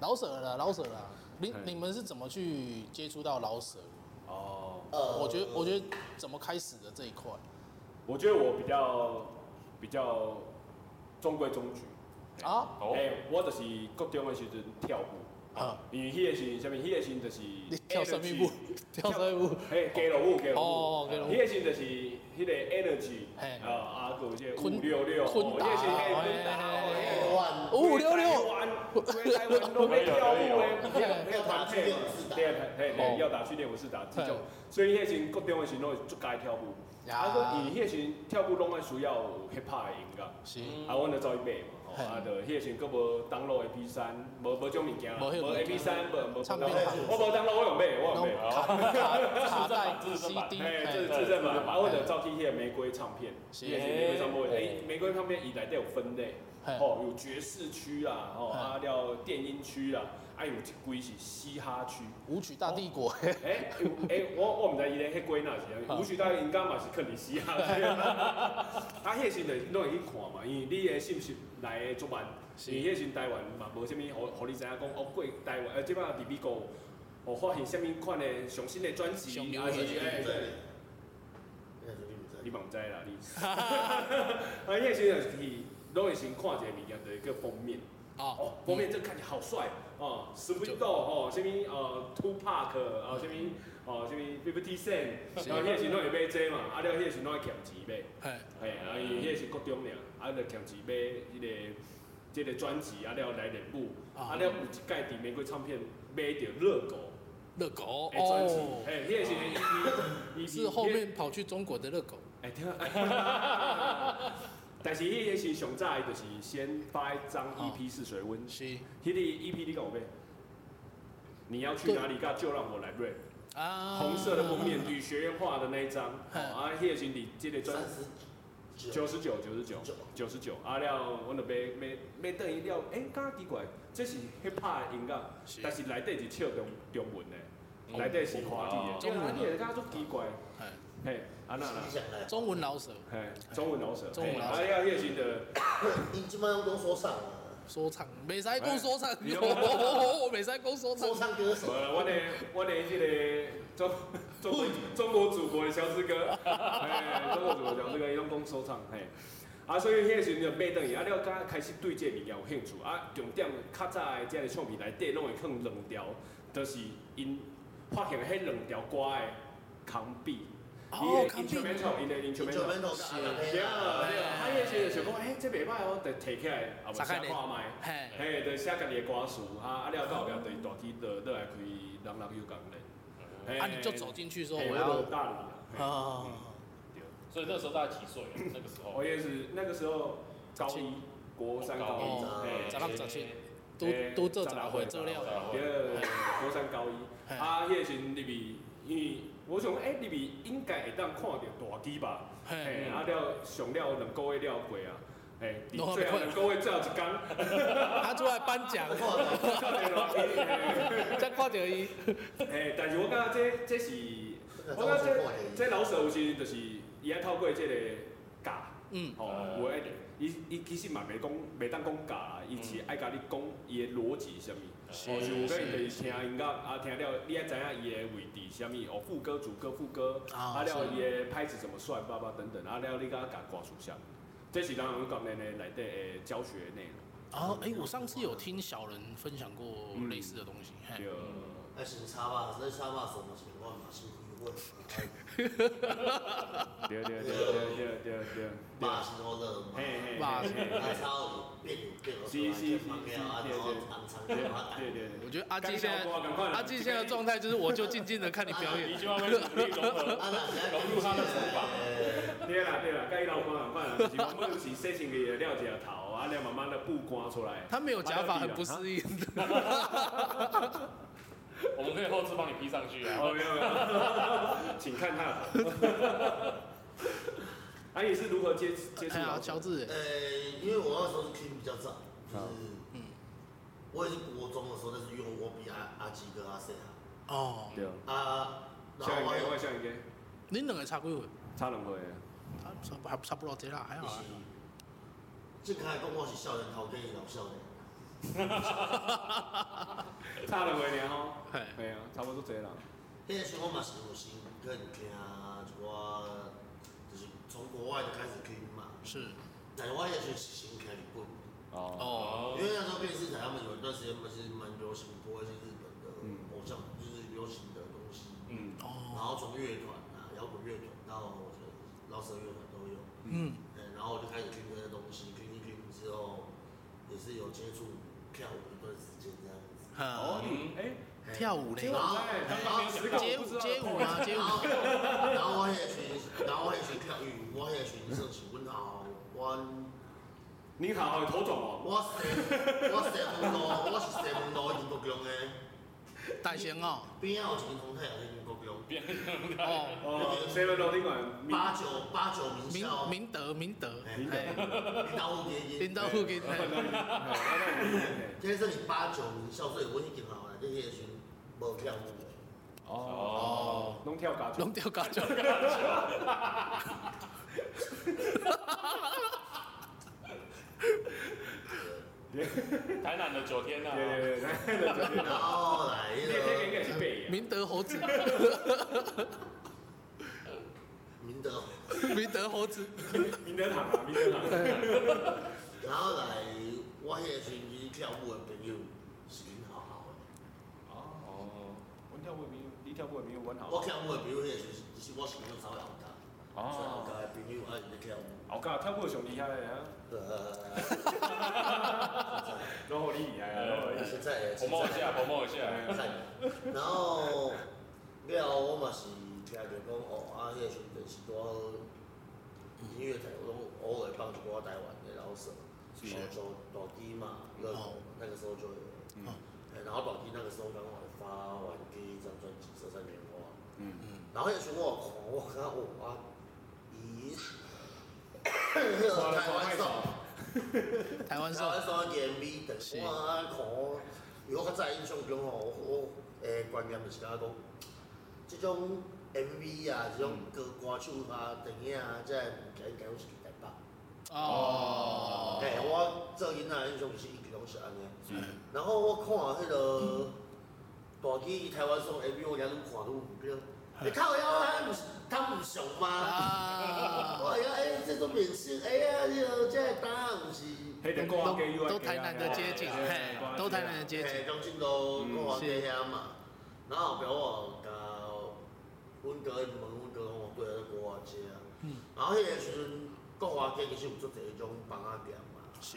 Speaker 3: 老舍了，老舍了，你
Speaker 2: 哎
Speaker 3: 你们是怎么去接触到老舍？
Speaker 2: 哦，
Speaker 1: 呃
Speaker 3: 我觉得我觉得怎么开始的这一块，
Speaker 2: 我觉得我比较比较中规中矩。
Speaker 3: 啊
Speaker 4: 哦，
Speaker 2: 哎，我就是高中的时阵跳舞，
Speaker 3: 啊，
Speaker 2: 因为迄个时阵啥物，迄个时阵就是哎
Speaker 3: 你跳生命步，跳生命步，
Speaker 2: 嘿，街头舞，街头舞，
Speaker 3: 哦街头舞
Speaker 2: 迄个时阵就是迄个 energy，
Speaker 3: 嘿
Speaker 2: 啊啊，有这
Speaker 3: 昆
Speaker 2: 五六六，
Speaker 3: 昆达
Speaker 2: 哦这是嘿昆达
Speaker 3: 嘿
Speaker 2: 哦，
Speaker 1: 万
Speaker 3: 五五六六，
Speaker 2: 回来玩都没跳 舞诶，不要
Speaker 1: 要打去
Speaker 2: 配
Speaker 1: 练
Speaker 2: 嘛
Speaker 1: 武士，打
Speaker 2: 对嘿
Speaker 3: 哦
Speaker 2: 对，要打去练武士打这种
Speaker 3: 嘿，
Speaker 2: 所以迄时阵国中诶时阵拢会足爱跳舞，
Speaker 3: 呀
Speaker 2: 啊，佮伊迄时阵跳舞拢爱需要有 hip hop 诶音乐，
Speaker 3: 是，
Speaker 2: 啊，阮就走去买嘛，吼，
Speaker 3: 嗯嘿
Speaker 2: 啊，就迄个时阵佫无 download A P 三，无无种物件啦，
Speaker 3: 无迄个
Speaker 2: 无 A P 三，无无
Speaker 3: 唱
Speaker 2: download，
Speaker 3: 片
Speaker 2: 我无 download，我有买，我有
Speaker 3: 拢
Speaker 2: 买。
Speaker 3: 卡 卡卡带
Speaker 4: 这是正版
Speaker 3: CD，
Speaker 2: 哎，这是
Speaker 3: 嘿
Speaker 4: 这
Speaker 2: 自证
Speaker 4: 自
Speaker 2: 版，
Speaker 4: 证版
Speaker 2: 啊，我就照去迄个玫瑰唱片，
Speaker 3: 是
Speaker 2: 伊也是玫瑰唱片，
Speaker 3: 嘿
Speaker 2: 哎，玫瑰唱片伊内底有分类，
Speaker 3: 嘿
Speaker 2: 哦，有爵士区啦，哦，
Speaker 3: 嘿
Speaker 2: 啊了电音区啦，啊有一几是嘻哈区，
Speaker 3: 舞曲大帝国，嘿
Speaker 2: 哎有哎，我我毋知伊咧迄几哪是，
Speaker 3: 嗯
Speaker 2: 舞曲大应该嘛是肯定嘻哈区， 啊， 迄时阵拢会去看嘛，因为你的信息来的足慢，
Speaker 3: 是
Speaker 2: 因为迄时阵台湾嘛无啥物，互互你知影讲，哦，过台湾，呃，即摆伫美国。哦，发现啥物款的上新的专辑，
Speaker 3: 上流
Speaker 2: 啊，
Speaker 3: 的
Speaker 2: 是哎，对你
Speaker 1: 你
Speaker 2: 嘛毋知啦， 你。 啊，迄个时阵就是拢会先看一个物件，就是叫封面。
Speaker 3: 哦
Speaker 2: 哦，，封面这看起来好帅哦 s w e e t d o 哦，什物呃 Two Park 啊，什物哦，什物 Fifty Cent，
Speaker 3: 是
Speaker 2: 然后迄个时阵拢会买这嘛，啊，了迄个时阵拢会欠钱买，
Speaker 3: 嘿，
Speaker 2: 嘿，啊，伊迄个是国中俩，啊，就欠钱买迄个即个专辑，啊，了来练舞，
Speaker 3: 啊
Speaker 2: 啊，了有一届伫玫瑰唱片买着热狗
Speaker 3: 热狗
Speaker 2: 的专辑
Speaker 3: 哦，，
Speaker 2: 嘿，迄个时阵伊伊
Speaker 3: 是后面跑去中国的热狗，
Speaker 2: 哎，听， 但是迄个是上早的，就是先发一
Speaker 3: 啊
Speaker 2: 张 EP 是水温，
Speaker 3: 是
Speaker 2: 迄个 EP 你讲咩？你要去哪里？噶就让我来 rap。
Speaker 1: 哦
Speaker 3: 啊，
Speaker 2: 红色的封面，与学院画的那一张，
Speaker 3: 嗯
Speaker 2: 哦啊，迄个是你这个专
Speaker 1: 三十
Speaker 2: 九十九九十九
Speaker 1: 九
Speaker 2: 九十九，啊了，我就买买买等伊了，哎，刚刚奇怪，这是 hip hop 的音乐，
Speaker 3: 是哦
Speaker 2: 但是内底是唱中中文的，内底是华语的，
Speaker 3: 中文
Speaker 2: 对啊你会感觉足奇怪，
Speaker 3: 嘿
Speaker 2: 嘿，啊那啦，
Speaker 1: 你想来，
Speaker 3: 中文老舍
Speaker 2: 嘿，中文老舍，
Speaker 3: 中文
Speaker 2: 嘿
Speaker 3: 老舍
Speaker 2: 啊了，迄个是的。
Speaker 1: 你基本上都说上了，
Speaker 3: 说唱，美塞公说唱，
Speaker 2: 哎你有
Speaker 3: 哦，美塞公说唱
Speaker 1: 说，唱歌
Speaker 2: 无
Speaker 1: 手，
Speaker 2: 啦，阮的阮的迄个中中国中国祖国的小志 哥，哎，中国祖国的小志哥，伊拢讲收藏，嘿。啊，所以迄个时阵就买转去，啊，了甲开始对这物件有兴趣，啊，重点较早的遮个唱片内底拢会放两条，就是因发现迄两条歌的康比，
Speaker 3: 哦
Speaker 2: 伊的 instrumental，伊的
Speaker 1: 你就
Speaker 2: instrumental。
Speaker 1: 门口打了，
Speaker 2: 对啊，对啊，啊，迄个时阵想讲，哎，这袂歹哦，就摕起来，啊，
Speaker 3: 拆
Speaker 2: 无
Speaker 3: 开
Speaker 2: 先
Speaker 3: 来
Speaker 2: 看卖。
Speaker 3: 嘿，
Speaker 2: 嘿，就写家己的歌词，啊，啊了到后壁就是大起就就来开人人有共咧。嘿
Speaker 3: 啊，你就走进去说
Speaker 2: 嘿
Speaker 3: 我
Speaker 2: 我
Speaker 3: 要
Speaker 2: 有大理啊嘿
Speaker 3: 啊，
Speaker 4: 所以那时候大概几岁啊？那个时候
Speaker 2: 我也是那个时候高一，国三高一
Speaker 3: 哦，
Speaker 2: 嘿
Speaker 3: 十六十七，都
Speaker 2: 嘿
Speaker 3: 都这咋会这料？
Speaker 2: 对，国三高一，啊，迄个时阵入去，因为我想讲，哎，入去应该会当看到大机吧。
Speaker 3: 嘿，
Speaker 2: 嘿，啊了上了两个月了过啊，嘿，最
Speaker 3: 拢
Speaker 2: 后
Speaker 3: 还没看
Speaker 2: 两个月最后一工，
Speaker 3: 他出来颁奖，
Speaker 2: 哎看到大机嘿
Speaker 3: 再看到伊，
Speaker 2: 嘿，但是我感觉这这是，我感觉这这老师有时就是伊爱透过这个教，
Speaker 3: 嗯，
Speaker 2: 吼、
Speaker 4: 嗯
Speaker 2: 哦有爱，伊伊其实嘛袂讲袂当讲教啦，伊是爱甲你讲伊的逻辑是啥物，嗯哦，像有个就是听音乐啊，听了你爱知影伊的位置是啥物，哦，副歌、主歌、副歌，
Speaker 3: 啊
Speaker 2: 啊了伊的拍子怎么算，叭叭等等，啊了你甲甲歌词啥，这是咱们讲的呢内底的教学内容，
Speaker 3: 啊，哎，我上次有听小人分享过
Speaker 2: 嗯
Speaker 3: 类似的东西，嘿
Speaker 2: 对，嗯
Speaker 1: 那行插吧，那插吧什么情况嘛？辛苦一问，
Speaker 2: 对对对对对对对，
Speaker 1: 骂是多热嘛，
Speaker 2: 嘿嘿，
Speaker 3: 嘛
Speaker 2: 嘿嘿
Speaker 1: 他插啊有变有变有出来，就旁边啊，然后常常给他打，
Speaker 2: 对对对。
Speaker 3: 我觉得阿基现在
Speaker 2: 赶快
Speaker 3: 阿基现在的状态就是，我就静静的看你表
Speaker 4: 你
Speaker 3: 演，
Speaker 4: 就要被努力融合，
Speaker 1: 啊，那呃现在
Speaker 4: 融入他的手法。
Speaker 2: 对啦对啦，该老官老板啦，啊就是我们是洗清个了一个头，啊，了慢慢的布刮出来。
Speaker 3: 他没有假发很不适应，
Speaker 4: 我们可以后置帮你 P 上去啊。
Speaker 2: 哦，没有没有， 请看他的头。 啊，你是如何接接触
Speaker 3: 哎呀，
Speaker 2: 老
Speaker 3: 乔
Speaker 2: 师？
Speaker 3: 治，
Speaker 1: 呃，因为我那时候是听比较早，就是嗯我也是国中的时候，但是因为我比阿阿基跟阿 C
Speaker 3: 哦，
Speaker 2: 对，
Speaker 1: 啊，啊，然后
Speaker 2: 下一
Speaker 1: 我
Speaker 2: 个，我
Speaker 1: 有
Speaker 2: 下一个，
Speaker 3: 你两个差几岁？
Speaker 2: 差两啊回。
Speaker 3: 差差还差不多这啦，还好
Speaker 1: 一
Speaker 3: 啊
Speaker 1: 起，，正开讲我是少年头，跟伊老少年，
Speaker 2: 差两回尔吼。
Speaker 3: 嘿，
Speaker 2: 对啊，差不多这啦。
Speaker 1: 迄个时候嘛是有先跟听一寡，就是从国外就开始听嘛，
Speaker 3: 是，
Speaker 1: 但是我迄个时候是先听日本。
Speaker 2: 哦。
Speaker 3: 哦，
Speaker 1: 因为那时候电视台他们有一段时间嘛，其实蛮流行播一些日本的偶像，就是流行的东西，
Speaker 2: 嗯。
Speaker 1: 然
Speaker 3: 哦，
Speaker 1: 后从乐团啊、摇滚乐团到老舍乐团都有，
Speaker 3: 嗯，
Speaker 1: 嗯，然后我就开始听这些东西，听一听之后，也是有接触跳舞一段时间这样子。
Speaker 3: 哈，
Speaker 2: 哎，
Speaker 1: 嘿
Speaker 3: 跳舞嘞
Speaker 1: 然后，
Speaker 2: 哎
Speaker 1: 然后
Speaker 2: 没有十个
Speaker 3: 街
Speaker 2: 我不
Speaker 3: 舞
Speaker 2: 知道
Speaker 3: 街舞啊，街舞
Speaker 1: 然，后，然后我迄个时，然后我迄个时跳舞，我迄个时算是阮后，阮
Speaker 2: 你好，头转哦，
Speaker 1: 我西我西门路，我是西门路英国宫的，
Speaker 3: 大型哦，
Speaker 1: 边仔有一间通体也是英国宫，
Speaker 3: 哦，
Speaker 2: 哦，seven 楼宾馆，
Speaker 1: 八九八九名
Speaker 3: 明
Speaker 1: 校，
Speaker 3: 明德明德，
Speaker 1: 嘿
Speaker 3: 哎，
Speaker 1: 领导有爷
Speaker 3: 领
Speaker 1: 爷，
Speaker 3: 导 附近，
Speaker 2: 哦
Speaker 3: 哎
Speaker 1: 这算是八九名校，所以阮已经后来，你迄个时无跳舞的。
Speaker 3: 哦，
Speaker 4: 哦，
Speaker 2: 拢跳高
Speaker 3: 龙雕高脚，
Speaker 4: 台南的九天呐，
Speaker 2: 对对对，
Speaker 1: 然后后来迄
Speaker 2: 那那个是
Speaker 1: 个
Speaker 2: 北，
Speaker 3: 明德猴子，
Speaker 1: 明德，
Speaker 3: 明德猴子，
Speaker 2: 明德堂啊，明德堂，
Speaker 1: 然后来我迄个时去跳舞的朋友是恁好好的，
Speaker 2: 哦，我跳过没有？你跳过没有？我
Speaker 1: 我
Speaker 2: 好，
Speaker 1: 跳舞的朋友迄个时是我是阮稍微后家，所以后家的朋友爱去跳舞。
Speaker 2: 我讲跳过上厉害的啊，
Speaker 1: 呃，
Speaker 2: 然后你厉害啊，
Speaker 1: 现在
Speaker 4: 我摸一下，我摸一下，
Speaker 1: 然后了我嘛是听着讲哦，啊，迄个时阵是我音乐台，我拢偶尔帮一寡台湾的老手，哦，做大鸡嘛，那个那个时候就有，
Speaker 3: 哦
Speaker 1: 哎然后大鸡那个时候刚好发完第一张专辑《色彩年华》，
Speaker 2: 嗯，
Speaker 3: 嗯，
Speaker 1: 然后迄个时候我看，我看哦啊，咦，迄个台湾
Speaker 3: 台湾
Speaker 1: 手。
Speaker 3: 哦
Speaker 1: 台湾
Speaker 3: 少，
Speaker 1: 所有嘅 MV，但是
Speaker 3: 是
Speaker 1: 我哦看，如果较早印象中吼，我我诶观念就是讲，即种 MV 啊，即种歌歌手啊、电影啊，即个物件应该拢是伫台北。
Speaker 3: 哦，嗯
Speaker 1: 诶、哎我做囡仔的印象就是一直拢是安尼。然后我看迄、个大基台湾所有 MV，我今日愈看愈唔对。你靠腰啊，毋是他毋上吗？
Speaker 3: 啊，
Speaker 1: 我讲诶，即种明星，哎呀，迄个即个答案毋是。
Speaker 2: 黑的
Speaker 3: 都
Speaker 2: 瓜给 U
Speaker 3: 都台南的街景，
Speaker 2: 哎
Speaker 3: 嘿，都台南的街
Speaker 1: 嘿，
Speaker 3: 景，
Speaker 1: 中进都
Speaker 2: 嗯
Speaker 1: 跟我
Speaker 3: 是
Speaker 1: 爹遐嘛，
Speaker 3: 嗯
Speaker 1: 然后后壁我甲阮哥因问阮哥讲我对啊国华街啊，
Speaker 3: 嗯
Speaker 1: 然后迄个时阵国华街其实有做一迄种房仔店嘛，
Speaker 3: 是，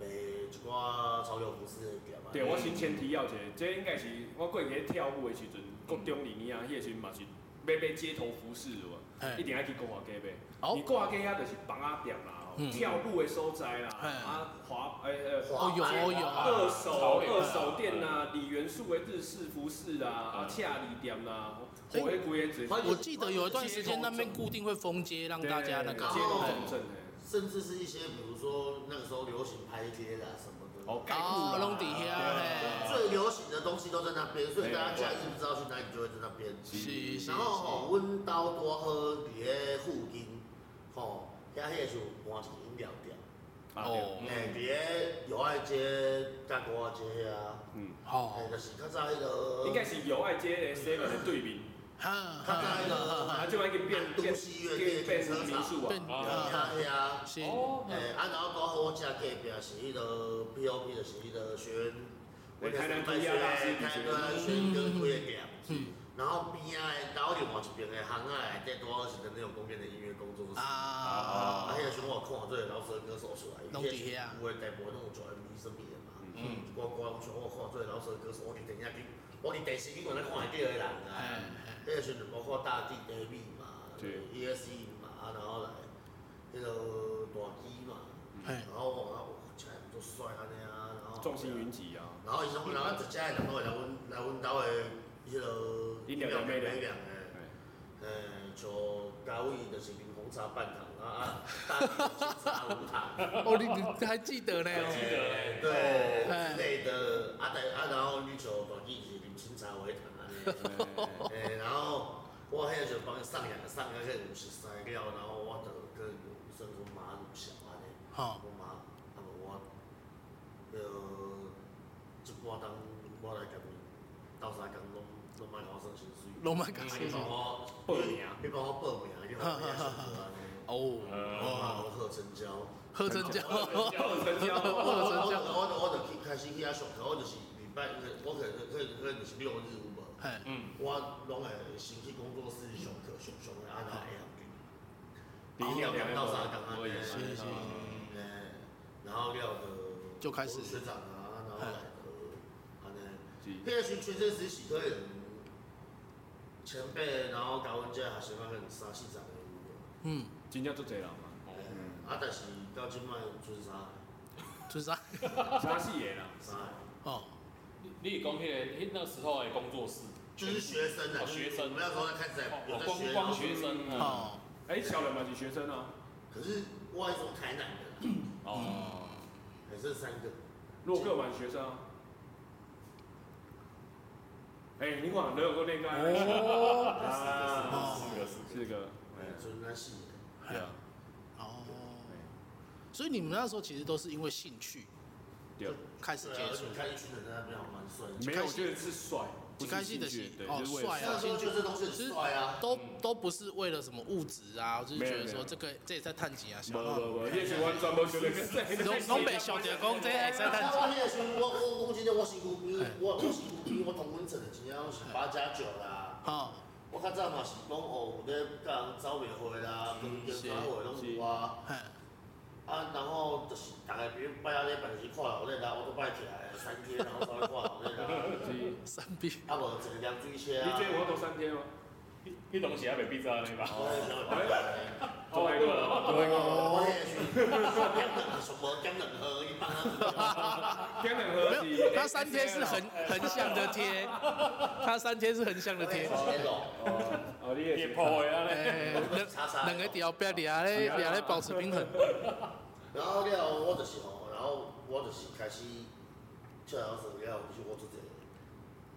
Speaker 1: 卖一寡潮流服饰的店嘛，
Speaker 2: 嗯对，我先前提要者，这应该是我过去跳舞的时阵，国中二年啊，迄个时阵嘛是买买街头服饰有无？一
Speaker 3: 嘿，
Speaker 2: 定要去国华街买。
Speaker 3: 好
Speaker 2: 你，国华街遐就是房仔店啦，
Speaker 3: 嗯
Speaker 2: 跳舞的所在啦，
Speaker 3: 嘿
Speaker 2: 啊华诶呃。
Speaker 1: 华
Speaker 3: 哦有哦有啊，
Speaker 2: 二手二手店呐，李元素的日式服饰啦，啊，恰里店啊啦，火黑古也只，
Speaker 3: 我记得有一段时间那边固定会封街，让大家那个哦
Speaker 1: 对
Speaker 2: 街
Speaker 1: 对
Speaker 2: 头
Speaker 1: 对
Speaker 2: 重镇诶，
Speaker 1: 甚至是一些比如说那个时候流行拍贴啦什么的，
Speaker 2: 哦，盖
Speaker 3: 啊，
Speaker 2: 库
Speaker 3: 拢底遐嘿，
Speaker 1: 最流行的东西都在那边，所以大家假日不知道去哪里就会在那边。
Speaker 3: 是是
Speaker 1: 然后吼，阮兜拄好伫咧附近，吼，遐迄个时有搬一个饮料店，
Speaker 2: 啊，对，
Speaker 3: 哦，
Speaker 1: 诶、伫咧友爱街、甲国华街啊，
Speaker 2: 嗯，
Speaker 1: 诶、
Speaker 3: 哦，
Speaker 1: 就是较早迄个，
Speaker 2: 应该是友爱街的 seven 的对 面，
Speaker 3: 哈，
Speaker 1: 较早迄
Speaker 2: 啊，
Speaker 1: 个
Speaker 2: 这边给变变变变成民宿啊，
Speaker 1: 有遐遐，
Speaker 3: 是，
Speaker 4: 哦，
Speaker 1: 诶、啊，然后拄好我家隔壁是迄个 POP，就是迄个学院，
Speaker 2: 对台南
Speaker 1: 大
Speaker 2: 涂鸦大师啊以前
Speaker 1: 台南学院跟几个店。
Speaker 3: 嗯，
Speaker 1: 然后边仔的，然后另外一边的巷仔内底，拄好是那种公园的音乐工作
Speaker 3: 啊
Speaker 1: 室。啊，，迄个时阵我有看这个老师歌手出来，
Speaker 3: 拢伫遐
Speaker 1: 有诶大部分拢有做 MV 什么的嘛。
Speaker 3: 嗯，
Speaker 1: 我我拢想我看这个老师歌手，我伫电影去，我伫电视剧原来看会到诶人
Speaker 3: 哎
Speaker 1: 啊。，迄个时阵包括大地 AV 嘛
Speaker 2: 对
Speaker 1: ，ESE 嘛，然后来迄个大基嘛，
Speaker 3: 哎，
Speaker 1: 然后我讲哇，这人都帅安尼啊，然后
Speaker 2: 众星云集 啊，
Speaker 1: 然后伊讲，然后一家的人都会来阮来阮兜的迄个
Speaker 2: 饮料店买的
Speaker 1: 饮料诶。呃，就高位就是柠檬茶半糖啊，大理就是茶无糖，
Speaker 3: 哦，你你还记得呢？
Speaker 4: 记得嘞，
Speaker 1: 对之类的。啊，但啊，然后你就大理是啉清茶为糖啊。诶，然后我迄个就帮伊上两上个迄五十三料，然后我就跟医生说妈有想安尼，
Speaker 3: 好，
Speaker 1: 我妈啊无我呃一半当我来甲你斗相共拢拢莫甲我算薪水。
Speaker 3: 龙马港
Speaker 1: 你
Speaker 3: 先
Speaker 1: 帮
Speaker 3: 生，
Speaker 1: 我你帮我报名，你帮我写上去啊！
Speaker 3: 哦，
Speaker 1: 我
Speaker 3: 哦，
Speaker 1: 贺成交，
Speaker 3: 贺成交，
Speaker 2: 要成交，
Speaker 1: 我我我我就开始去遐上课，我就是礼拜，我可能可能可能是六日无，
Speaker 3: 哎，
Speaker 4: 嗯，
Speaker 1: 我拢会先去工作室上课，上上啊，然后下去。然后两到啥档
Speaker 2: 啊
Speaker 1: 案，
Speaker 3: 是
Speaker 2: 哦
Speaker 3: 是是，
Speaker 1: 嗯，然后了的
Speaker 3: 就开始
Speaker 1: 学长啊，然后来的，安尼，
Speaker 2: 是
Speaker 1: 迄个时阵确实是可能前辈，然后甲阮遮学生啊，可能三四十个有
Speaker 3: 嗯，
Speaker 2: 真正足侪人嘛，
Speaker 1: 的，嗯，啊，但是到即摆存三
Speaker 3: 就是啥？
Speaker 2: 三四个啦，
Speaker 1: 三个，
Speaker 3: 哦，
Speaker 4: 你你讲迄个迄那时候的工作室，
Speaker 1: 就是学生啊，
Speaker 4: 哦学生
Speaker 1: 我们那时候在看在
Speaker 4: 哦
Speaker 1: 有在
Speaker 4: 光
Speaker 1: 学，然
Speaker 4: 光
Speaker 1: 后
Speaker 4: 学生啊，
Speaker 3: 哦，
Speaker 2: 哎，小人嘛是学生啊，
Speaker 1: 可是我还是从台南的啦，
Speaker 4: 哦，
Speaker 1: 还剩三个，
Speaker 2: 洛克嘛是学生啊，哎，你看，都有过恋爱
Speaker 3: 哦，
Speaker 2: 啊，
Speaker 4: 四个四个，
Speaker 2: 四个，哎，
Speaker 1: 存那四个。
Speaker 2: 对啊，
Speaker 3: 哦，所以你们那时候其实都是因为兴趣
Speaker 2: 对啊。
Speaker 3: 开始
Speaker 1: 对
Speaker 3: 接
Speaker 1: 啊，而
Speaker 3: 触
Speaker 1: 且，看一群人在那边好蛮帅的。
Speaker 2: 没有，我觉得是帅，不
Speaker 3: 一开始
Speaker 2: 兴
Speaker 3: 的
Speaker 2: 趣
Speaker 3: 是
Speaker 2: 对，
Speaker 3: 哦
Speaker 2: 就是为了
Speaker 3: 帅啊
Speaker 1: 那时候就这东西很帅啊，
Speaker 3: 都都不是为了什么物质啊，我就是觉得说这个这也在探景啊，
Speaker 2: 无
Speaker 3: 小浪
Speaker 2: 无无，迄是我全部觉得是帅。
Speaker 3: 拢拢袂晓得讲这会使
Speaker 1: 但
Speaker 3: 趁钱。
Speaker 1: 是我迄个时候，我我我真正我身躯边，我我身躯边我同阮陈的真正是八加九啦。
Speaker 3: 哦，
Speaker 1: 我较早嘛是讲哦，有咧甲人走袂回啦，跟跟啥货拢有啊。
Speaker 3: 嘿，
Speaker 1: 啊，然后就是大概比如拜六礼拜是看老日啦，我都拜起来三天，然后才会看老日啦。
Speaker 2: 是
Speaker 3: 三 B，
Speaker 1: 啊，无一个凉水车
Speaker 2: 你
Speaker 1: 啊，哦
Speaker 2: 这我都三天吗？
Speaker 4: 迄迄东西还没闭着那吧？
Speaker 1: 我迄时候拜拜。
Speaker 4: 做来过了，做来过了，
Speaker 1: 我迄哦个时 候，江冷什么江冷喝一般
Speaker 2: 天冷
Speaker 3: 没
Speaker 2: 河
Speaker 3: 有，他三天是横横向的贴，他三天是横向的贴。
Speaker 2: 哦，哦，你也
Speaker 4: 也
Speaker 2: 是
Speaker 4: 破的啊嘞，
Speaker 3: 哎，两两个条不要俩咧俩咧保持平衡。
Speaker 1: 然后了，我就是吼，然后我就是开始出来做了，就是我做这个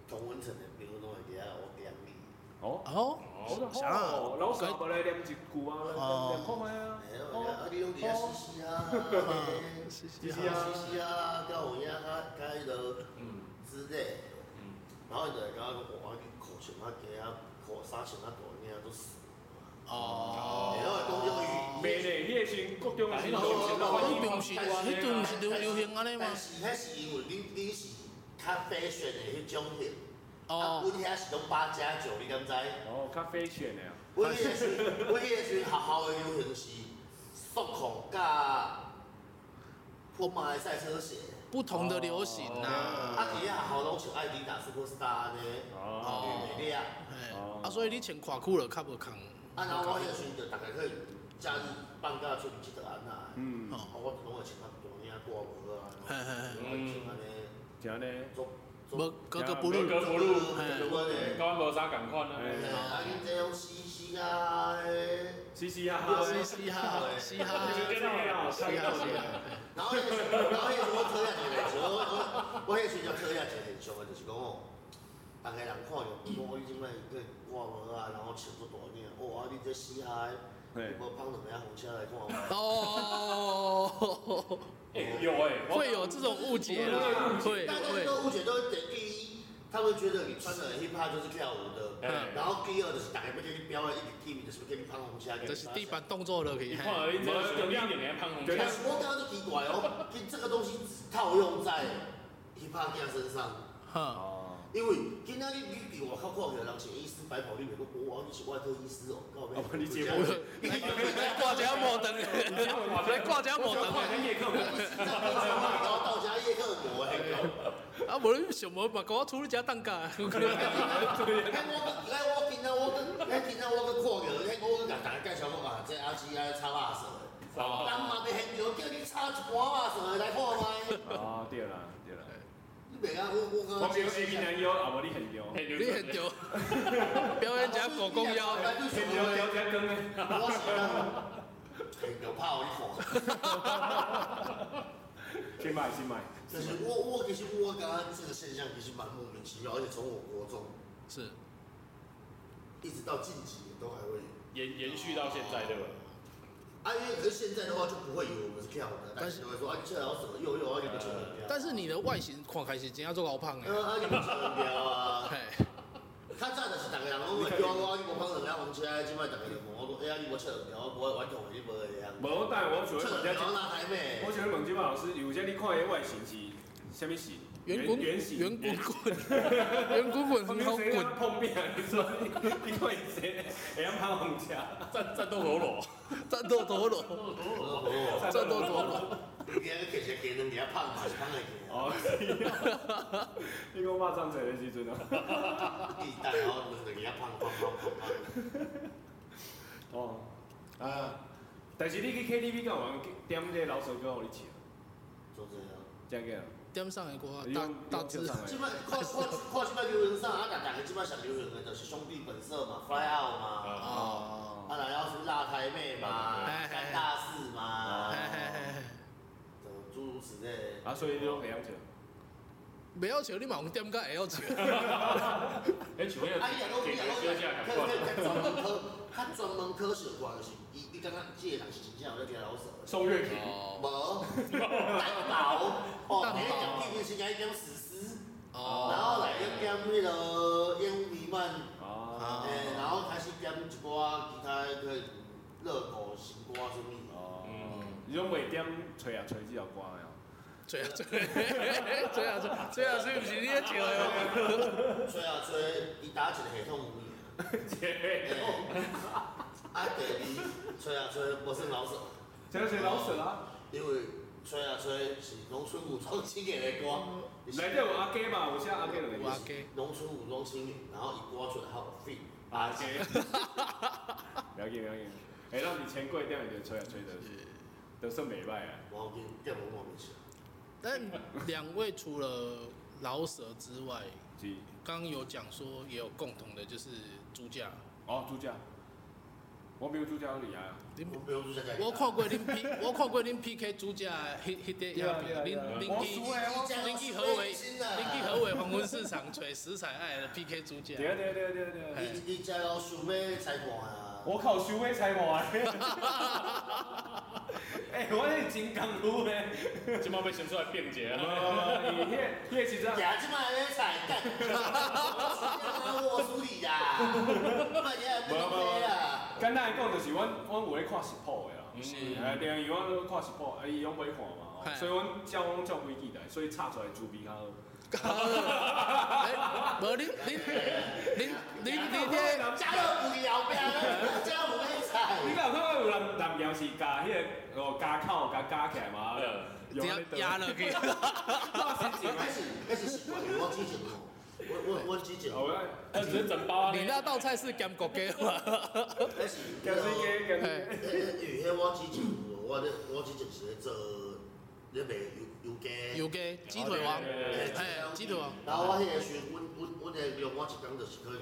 Speaker 1: 同温层的朋友拢会记啊，我点你，
Speaker 2: 哦。
Speaker 3: 哦，
Speaker 2: 啥啊？老师过来念一句啊，念看麦啊
Speaker 1: 哎，，我讲啊，你拢伫遐嘻嘻啊，嘻嘻啊，嘻嘻啊，甲有影啊，甲迄落
Speaker 4: 嗯
Speaker 1: 之类，
Speaker 4: 嗯，
Speaker 1: 然后伊就会甲我讲，哇，你裤穿啊低啊，裤衫穿啊大领都死，
Speaker 3: 哦，
Speaker 1: 然后讲用
Speaker 2: 袂
Speaker 1: 语。
Speaker 2: 咧，迄个时国中的时候，
Speaker 3: 迄阵哦是迄阵是流流行安尼嘛？
Speaker 1: 但是迄是因为恁恁是较 fashion 的迄种型，啊，
Speaker 3: 哦，
Speaker 1: 阮遐是拢八加九，你敢知？
Speaker 2: 哦，较 fashion 的啊，
Speaker 1: 阮迄个时，阮迄个时学校的流行是速控甲破马的赛车鞋，
Speaker 3: 不同的流行呐。
Speaker 1: 啊，伫遐学校拢穿爱迪达 Superstar 呢，
Speaker 2: 哦，
Speaker 1: 哦，袂了。
Speaker 3: 哎，啊，所以你穿垮裤了，较无空。
Speaker 1: 啊，然后我迄个时就大概可以假日放假出去佚佗安那，
Speaker 2: 嗯，
Speaker 1: 啊，我拢会穿较大领大帽啊，
Speaker 3: 哦嘿嘿嘿，
Speaker 1: 穿安尼，
Speaker 2: 真嘞，
Speaker 1: 做
Speaker 3: 无
Speaker 1: 做
Speaker 3: 格格不入。
Speaker 4: 格不入，
Speaker 1: 做做
Speaker 4: 跟
Speaker 1: 咧，
Speaker 4: 阮无啥共款啊，
Speaker 1: 哎，啊，恁这种嘻嘻啊，
Speaker 2: 嘻嘻哈哈，
Speaker 3: 嘻嘻哈哈，嘻哈哈，
Speaker 4: 真的啊，
Speaker 3: 嘻哈哈。
Speaker 1: 然后迄个，然后迄个我讨厌一个很我我我迄时就讨厌一个现象的，就是讲哦，逐个人看着，讲我你即摆个挂无啊，然后穿出大领，哇、啊你这死海，
Speaker 2: 对
Speaker 1: 你无放两辆红车来看我。
Speaker 3: 哦，
Speaker 4: 哎有哎，
Speaker 3: 会有这种误解啦，会
Speaker 1: 大家
Speaker 3: 会，
Speaker 1: 都误解都是点第一，他们觉得你穿的 hip hop 就是跳舞的，
Speaker 4: 哎，
Speaker 1: 然后第二就是大家不给你标了一个 team，就是给你放红车，给
Speaker 3: 这
Speaker 1: 你
Speaker 3: 是
Speaker 1: 发
Speaker 3: 地板动作了，可以
Speaker 4: 你。看而已，这个流量点胖红
Speaker 1: 但是我刚刚就奇怪哦， 这个东西只套用在 hip hop 家身上。
Speaker 3: 哈，
Speaker 2: 哦，
Speaker 1: 因为今仔日你伫外口看到人穿医师白袍，你袂讲哇，你是外科医师哦，到尾。
Speaker 2: 哦你解剖
Speaker 1: 剖。你
Speaker 3: 来挂一下摩登，来挂一下摩
Speaker 2: 看
Speaker 3: 登，
Speaker 2: 看叶克
Speaker 1: 是在跟什么聊到家夜客博哎？
Speaker 3: 啊，无你想无把搞出你家当家，
Speaker 1: 哎，我哎我今仔我跟哎今仔我跟看到，哎我跟大家介绍讲啊，这阿姊爱炒肉丝的，人嘛袂现场叫你炒一盘肉丝的来看麦，
Speaker 2: 哦，对啦，对啦，
Speaker 1: 你袂啊？我我刚
Speaker 2: 我平时闽南腰，啊无你很牛，
Speaker 3: 你很牛， 表演家狗公腰，
Speaker 2: 很牛条条根的。
Speaker 1: 我是当很牛炮一口。
Speaker 2: 先买先买，
Speaker 1: 但是我我其实我刚刚这个现象其实蛮莫名其妙，而且从我国中
Speaker 3: 是
Speaker 1: 一直到近几年都还会有。
Speaker 4: 延延续到现在对吧？
Speaker 1: 啊，因为可是现在的话就不会以为我们是跳舞的，
Speaker 3: 但
Speaker 1: 但
Speaker 3: 是
Speaker 1: 是都会说啊，你这老什么又又啊，你们扯人标，
Speaker 3: 但是你的外形看开始真要做老胖
Speaker 1: 呃
Speaker 3: 诶，
Speaker 1: 啊，你们扯人标 啊，
Speaker 3: 嘿，
Speaker 1: 他站的是大家人拢会叫我，你无放人家红车，即摆大家就问我讲，哎呀，你无扯人标，我顽童的你无会样，
Speaker 2: 无但我想
Speaker 1: 扯
Speaker 2: 问
Speaker 1: 人
Speaker 2: 一下，
Speaker 1: 标哪台妹
Speaker 2: 我？想问即摆老师，有些你看的外形是啥物型？
Speaker 3: 圆滚
Speaker 2: 圆形，
Speaker 3: 圆滚滚， 圆滚滚很好
Speaker 2: 谁
Speaker 3: 滚，
Speaker 2: 碰面？你说你看谁？会晓拍红放假，
Speaker 4: 战战斗陀螺，
Speaker 3: 战斗陀螺，
Speaker 1: 哦，
Speaker 3: 战斗陀螺，
Speaker 1: 你那个给钱给人比较胖嘛，是胖的给
Speaker 2: 哦，是啊你讲我上菜的时阵啊，
Speaker 1: 地带，然后人比较胖胖胖胖
Speaker 2: 哦，
Speaker 1: 胖，啊，
Speaker 2: 但是你去 KTV 干嘛？点这个老手歌互你唱，
Speaker 1: 就这样。
Speaker 2: 真个啊，
Speaker 3: 点上的歌
Speaker 2: 你
Speaker 3: 大
Speaker 2: 用
Speaker 3: 大
Speaker 2: 用
Speaker 3: 致
Speaker 2: 唱的
Speaker 1: 基本看看看即摆流行啥，啊，大家基本上流行的就是兄弟本色嘛，Fly Out 嘛，
Speaker 3: 哦，
Speaker 1: 啊，然后是辣台妹嘛，干大事嘛
Speaker 3: 嘿，嘿嘿嘿
Speaker 1: 诸如此类。
Speaker 2: 啊，所以你拢会晓唱，
Speaker 3: 不要笑，你嘛有点解会晓笑？
Speaker 4: 哎，请问要
Speaker 1: 啊，伊也拢伊也
Speaker 4: 解决
Speaker 1: 拢，
Speaker 4: 休假两
Speaker 1: 较较
Speaker 4: 块？
Speaker 1: 专门科，较专门科学关就是，伊伊感觉即个人是真正有咧听老手。
Speaker 4: 送月饼，
Speaker 1: 无，
Speaker 3: 哦
Speaker 1: 蛋堡，哦，你讲屁股是讲讲史诗，
Speaker 4: 哦
Speaker 1: 然后来又讲迄个烟雾弥漫，
Speaker 2: 哦，
Speaker 1: 诶，然后开始讲一寡其他迄个热狗新歌什么，
Speaker 2: 哦
Speaker 4: 嗯，
Speaker 2: 你拢袂点吹啊吹这条歌的哦，
Speaker 3: 吹啊吹，吹啊吹，吹啊吹，不是你咧笑的哦。
Speaker 1: 吹啊吹，伊打一个系统有你，啊第二吹啊吹无算老手，
Speaker 2: 这个是老手啊。
Speaker 1: 因为吹啊吹是农村武装青年的歌，
Speaker 2: 来这有阿哥嘛，有写阿哥两个
Speaker 3: 有阿
Speaker 2: 字。
Speaker 3: 哥，
Speaker 1: 农村武装青年，然后伊歌出来好 fit，
Speaker 2: 阿哥。不要紧，不要紧。哎，咱以前过点就吹啊吹的，都算袂歹啊。
Speaker 1: 无要紧，计无莫名其妙。
Speaker 3: 但两位除了老舍之外，
Speaker 2: 是。
Speaker 3: 刚有讲说也有共同的，就是猪价。
Speaker 2: 哦，主角。我没有主角厉害啊。
Speaker 3: 你
Speaker 1: 我不用做这个。
Speaker 3: 我看过恁 P，我看过恁 PK 猪价迄迄块
Speaker 2: 对啊
Speaker 3: 影
Speaker 2: 对
Speaker 3: 片
Speaker 2: 啊，
Speaker 3: 恁
Speaker 2: 对啊
Speaker 3: 恁
Speaker 2: 我
Speaker 3: 去
Speaker 2: 输的我
Speaker 3: 恁去何为恁去何为黄昏市场找食材爱的 PK 猪价。
Speaker 2: 对啊对啊对啊对啊对啊。
Speaker 1: 你你食到想要菜馆啊？
Speaker 2: 我靠，收尾才无啊！哎，我那真功夫咧。
Speaker 4: 今晚被先出来辩解
Speaker 2: 无
Speaker 4: 啊！
Speaker 2: 无无，伊迄迄是
Speaker 1: 吃
Speaker 2: 怎？
Speaker 1: 即摆咧菜干，我输你啦！卖嘢不懂啦。
Speaker 2: 简单来讲，就是阮阮有咧看食谱的啦。
Speaker 4: 嗯
Speaker 2: 哎，另外阮看食谱，啊伊拢买看嘛，
Speaker 3: 嘿
Speaker 2: 所以阮照拢照规矩来，所以炒出来猪皮较好。
Speaker 3: 哎，无恁恁恁恁恁咧，
Speaker 1: 加了肥后壁，加了肥菜。
Speaker 2: 你敢有看到有人南洋是加迄个哦加口甲加起来嘛？
Speaker 3: 只要压落去，
Speaker 1: 那是那是习惯，我之前哦，我我我之前，
Speaker 2: 哦，
Speaker 4: 那只是整包啊！
Speaker 3: 你那道菜是咸国家吗？
Speaker 1: 那是
Speaker 2: 咸水鸡，咸水
Speaker 3: 嘿
Speaker 1: 因为我之前我咧我之前是咧做咧卖油油鸡。
Speaker 3: 有给鸡腿王，哎，鸡腿王，
Speaker 1: 然后我迄个时，阮阮阮的量我一工就是可能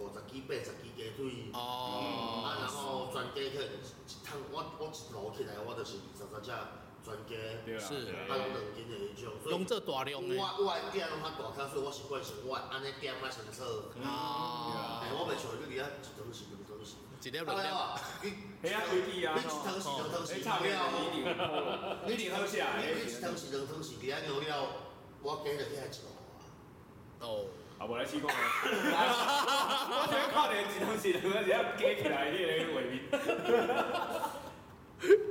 Speaker 1: 五十几、八十几鸡腿。啊，然
Speaker 3: 哦，
Speaker 1: 后全家去一趟，我我一路起来，我就是二十三只全家，
Speaker 2: 对啊，
Speaker 3: 是
Speaker 1: 啊，拢两斤的迄种，所以
Speaker 3: 拢做大量的，
Speaker 1: 我我的囝拢较大卡，所以我习惯性我安尼点啊上少，
Speaker 3: 啊
Speaker 1: 哎，，我袂像你遐一汤匙两汤匙，
Speaker 3: 哦一粒两粒，
Speaker 1: 啊，你
Speaker 2: 迄遐规矩啊，
Speaker 1: 你一汤匙两汤匙
Speaker 2: 哎，差别是一定好，你定好下
Speaker 1: 你你一
Speaker 2: 来。
Speaker 1: 汤匙两汤匙，你安牛了，我加就起来一路啊，
Speaker 3: 哦，
Speaker 2: 啊，无来试看啊下。我昨天看到一当时，两个加起来迄个画面，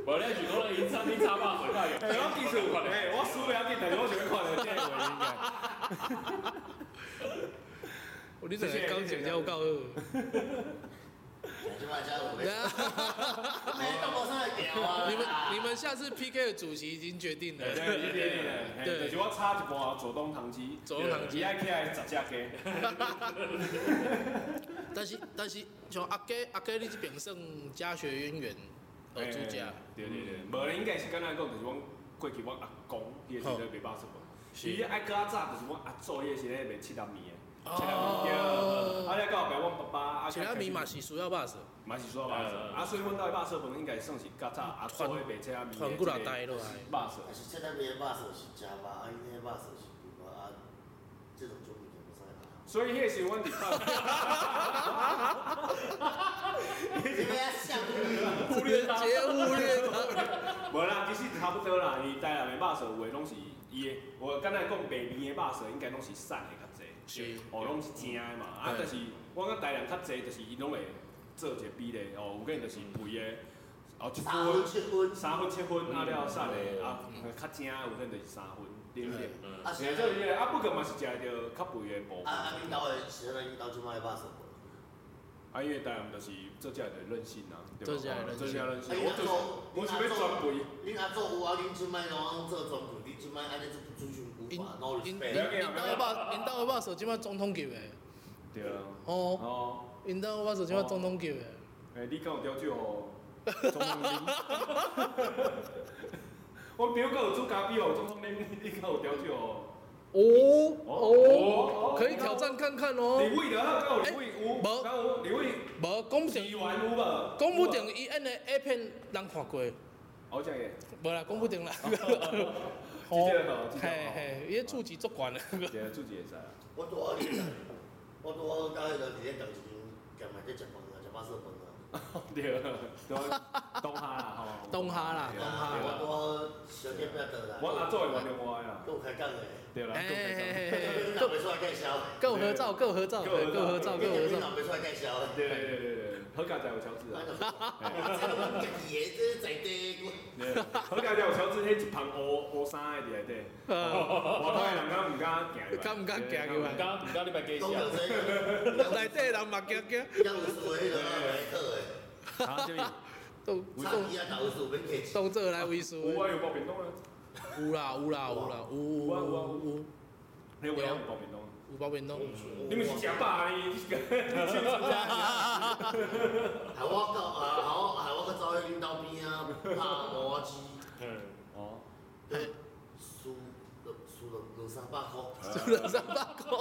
Speaker 4: 我那许多人一上一插把嘴巴有。
Speaker 2: 哎，我技术，哎，我输不要紧，但是我想要看到这个画面。
Speaker 3: 哦你这个讲讲有够
Speaker 1: 即摆才有咧，
Speaker 3: 好。
Speaker 1: 没都无啥会调 啊，
Speaker 3: 你们你们下次 PK 的主席已经决定了，
Speaker 2: 对对对哎对，就是我差一半啊左东堂啊鸡，
Speaker 3: 左东堂鸡
Speaker 2: 伊爱起来十只鸡。
Speaker 3: 但是但是像阿哥阿哥你这边算家学渊源，呃，住家，
Speaker 2: 对对对，无咧应该是敢若讲，就是阮过去阮阿公伊个时阵卖肉食饭，伊爱较早就是阮阿祖伊个时阵卖七粒米的，七粒米对。
Speaker 3: 哦
Speaker 2: 啊，了到后壁阮爸爸啊，
Speaker 3: 其他密码是需要 pass，
Speaker 2: 嘛是说肉食，啊，所以阮兜肉食饭应该算是啊较早阿祖伊卖七粒米
Speaker 3: 传过来带落来，
Speaker 2: 肉食。
Speaker 1: 但是现在面肉手是食肉，啊，伊迄肉手是牛肉啊，这种种物件不使啦。
Speaker 2: 所以迄个时阮伫放，
Speaker 1: 你们要像
Speaker 3: 忽略他，忽略
Speaker 2: 无啦，其实差不多啦。伊台南的肉食有诶拢是伊的，我敢若讲白面的肉食应该拢是瘦的较济。
Speaker 3: 是
Speaker 2: 哦，拢是正的嘛。啊，但是我感觉台南较济，就是伊拢会做一个比例，哦，有可能就是肥的，哦一
Speaker 1: 三分
Speaker 2: 分、
Speaker 1: 七分，
Speaker 2: 三分、七分，啊了瘦的，啊较正的有可能就是三分，对不对？啊，
Speaker 1: 啊
Speaker 2: 是这里啊，不过嘛是食着较肥的部
Speaker 1: 啊
Speaker 2: 分。
Speaker 1: 啊，领导的，现在领导就卖肉手，
Speaker 2: 啊，因为台湾就是做这的任性啊，对吧？
Speaker 3: 做这的任性
Speaker 2: 做这的任性，
Speaker 1: 啊
Speaker 2: 我就是我想要转肥，
Speaker 1: 恁阿祖有啊，恁即摆拢做专柜，恁即摆安尼就不遵循
Speaker 3: 因
Speaker 1: 古法，no
Speaker 3: 因因
Speaker 1: respect。
Speaker 3: 因兜的肉，因兜的肉手即摆总统级的，
Speaker 2: 对啊。
Speaker 3: 哦，
Speaker 2: 哦，
Speaker 3: 因兜的肉手即摆总统级的，
Speaker 2: 诶，你敢有调酒哦？总统啉。我表哥有煮咖啡哦，总统啉，你敢有调酒哦？
Speaker 3: 哦
Speaker 2: 哦
Speaker 3: 哦，可以挑战看看哦。
Speaker 2: 李伟的，敢有李伟有？
Speaker 3: 无
Speaker 2: 敢有李伟？
Speaker 3: 无，讲不
Speaker 2: 台
Speaker 3: 定，
Speaker 2: 湾有无？
Speaker 3: 讲不定伊按的 A 片人看过，
Speaker 2: 好讲耶，
Speaker 3: 无啦，讲不定啦。
Speaker 2: 即个吼，即
Speaker 3: 嘿
Speaker 2: 个
Speaker 3: 嘿，伊的触及足悬的。
Speaker 2: 吼，对啊，自己会使啊。
Speaker 1: 我拄好恁，我拄好到迄个伫咧同一间店内底食饭啊，食巴色饭啊。
Speaker 2: 对，都东哈啦吼。
Speaker 3: 当下啦
Speaker 2: 对
Speaker 3: 当
Speaker 2: 啊
Speaker 3: 下
Speaker 2: 对啊
Speaker 1: 我拄好小姐不要倒啦。
Speaker 2: 我阿祖会原谅我的啦，
Speaker 1: 都有开讲诶，
Speaker 2: 对啦，
Speaker 3: 嘿
Speaker 2: 都可以讲。
Speaker 3: 嘿嘿嘿，
Speaker 1: 恁老袂出来介绍，
Speaker 3: 够合照，够合照，嘿够合照，够合
Speaker 1: 恁
Speaker 3: 照。
Speaker 1: 老袂出来介绍诶。
Speaker 2: 对对对对对，好佳仔有乔治啊，
Speaker 1: 我家己诶，这在地，
Speaker 2: 对，好佳仔有乔治，迄一旁乌乌衫的伫内底，
Speaker 3: 呃，
Speaker 2: 外口的人敢毋敢行入来？
Speaker 3: 敢毋敢行入
Speaker 2: 哎
Speaker 3: 来
Speaker 4: 毋敢毋敢你别
Speaker 1: 讲
Speaker 4: 介绍
Speaker 1: 到。这个，
Speaker 3: 内底人嘛惊惊，
Speaker 1: 要有事迄个来讨诶，
Speaker 2: 啊，这边
Speaker 3: 当
Speaker 1: 差
Speaker 3: 当
Speaker 1: 伊啊，有事免客气。
Speaker 3: 当做来维输。
Speaker 2: 有啊，有包便当啊，
Speaker 3: 有啦有啦有啦有有有有有
Speaker 2: 你有有包便当？
Speaker 3: 有包便当。
Speaker 2: 你们是食饱呢？你是
Speaker 1: 害我到啊，害我害我去走去恁兜边啊，拍五啊鸡，
Speaker 4: 嗯，
Speaker 2: 哦，
Speaker 1: 输两输两两三百块，
Speaker 3: 输了三百块。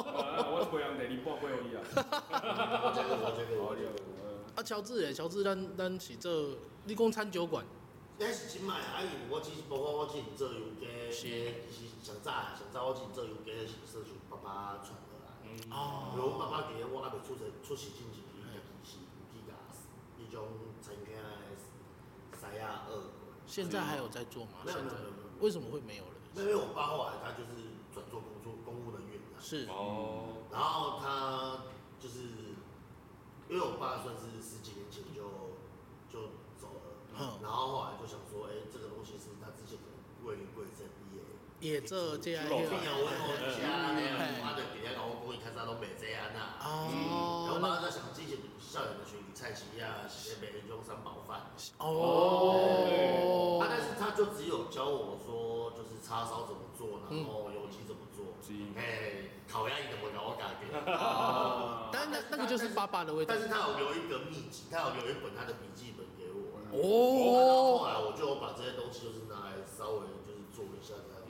Speaker 2: 我陪人第二半过互伊啊，
Speaker 1: 这个我这个我这个。
Speaker 3: 啊，乔治诶，乔治，咱咱是做，你讲餐酒馆，
Speaker 1: 咱是真歹，啊因为我只是包括我之前做油家，是上早上早我之前做油家是说是爸爸传落来。然
Speaker 3: 哦，
Speaker 1: 后阮爸爸伫咧我还袂出世出世之前，伊家己是有去甲迄种餐厅的师啊学过。
Speaker 3: 现在还有在做吗？
Speaker 1: 没
Speaker 3: 现
Speaker 1: 有没
Speaker 3: 在
Speaker 1: 有没有没有
Speaker 3: 为什么会没有
Speaker 1: 因为
Speaker 3: 了？
Speaker 1: 我爸后来他就是转做工作公务人员啊，
Speaker 3: 是，
Speaker 4: 哦，
Speaker 1: 然后他就是因为我爸算是十几年前就就走了，
Speaker 3: 嗯
Speaker 1: 然后后来就想说，哎、这个东西是他之前可能为贵正毕业。
Speaker 3: 也做这样
Speaker 1: 我
Speaker 3: 一
Speaker 1: 听
Speaker 3: 个
Speaker 1: 啊，我我一下咧，我就伫咧甲我讲，伊较早拢卖这啊安呐。我
Speaker 3: 哦，
Speaker 1: 妈
Speaker 3: 那
Speaker 1: 在想之前校园的学理菜系啊，是在卖那种三宝饭。啊，但
Speaker 3: 哦，
Speaker 1: 是他就只有教我说，就是叉烧怎么做，然后油鸡怎么做，哎，烤鸭你怎么搞我感觉。
Speaker 2: 啊，
Speaker 3: 但那那个就是爸爸的味道
Speaker 1: 但。是他有留一个秘籍，他有留一本他的笔记本给我。
Speaker 3: 哦
Speaker 1: 后来我就把这些东西就是拿来稍微就是做一下这样子。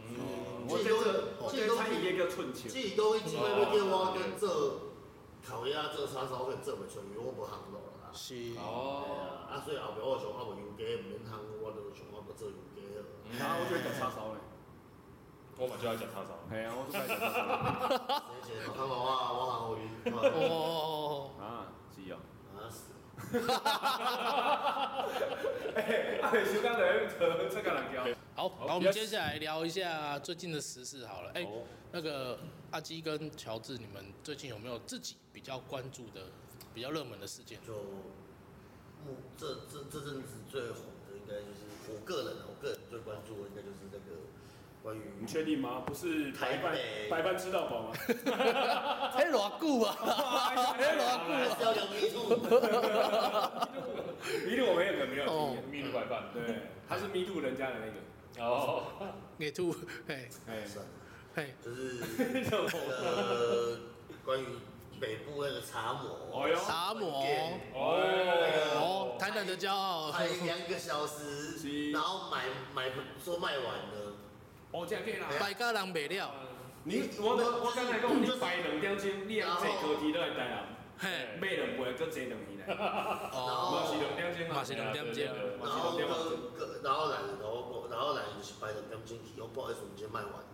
Speaker 2: 我在这，我在餐饮业叫寸
Speaker 1: 自
Speaker 2: 情，
Speaker 1: 己都一直在那边挖跟这烤鸭这叉烧跟这袂出，因为我无行路啦。
Speaker 3: 是，
Speaker 4: 哦，
Speaker 1: 啊，所以后壁我想我无油鸡，毋免烘，我就想我要做油鸡了。
Speaker 2: 然后我就会讲叉烧嘞，
Speaker 4: 我嘛就爱食叉烧。
Speaker 2: 系啊，我就爱讲叉烧。
Speaker 1: 以前看我啊，我行互伊，我
Speaker 3: 哦，
Speaker 2: 啊，是啊。
Speaker 1: 啊死。
Speaker 2: 哎，啊，小刚在做这个人叫。
Speaker 3: 好，好，我们接下来聊一下最近的时事好了。哎，那个阿基跟乔治，你们最近有没有自己比较关注的、比较热门的事件？
Speaker 1: 就目这这这阵子最红的应该就是我个人啊，我个人最关注的应该就是那个关于
Speaker 4: 你确定吗？不是白饭白饭吃到饱吗？
Speaker 3: 哎，偌久啊？哎，
Speaker 1: 还
Speaker 3: 偌久啊？
Speaker 1: 是要聊民宿，
Speaker 2: 迷路我们有个没有经验，
Speaker 4: 秘鲁白饭。
Speaker 2: 对，他是迷路人家的那个，
Speaker 4: 哦，
Speaker 3: 野兔，嘿，
Speaker 2: 哎，
Speaker 1: 算了，
Speaker 3: 嘿，
Speaker 1: 就是那个关于北部那个茶魔
Speaker 2: 哦，哟，
Speaker 3: 达摩，哦，
Speaker 4: 哦，
Speaker 3: 台南的骄傲，
Speaker 1: 还两个小时，然后买买说卖完了，
Speaker 2: 哦，这样可以啦。
Speaker 3: 百家人袂了，
Speaker 2: 你我我刚才讲，你摆两点钟，你要坐高铁来台南，
Speaker 3: 嘿，哦
Speaker 2: 买两杯，搁坐两年来，嘛是
Speaker 1: 然后
Speaker 2: 两点钟
Speaker 3: 嘛是两点钟，
Speaker 1: 然
Speaker 2: 嘛是
Speaker 1: 后
Speaker 2: 两点钟。
Speaker 1: 个然后来然后然后来就是摆两点钟去，哦我不好意思，我们今天卖完了。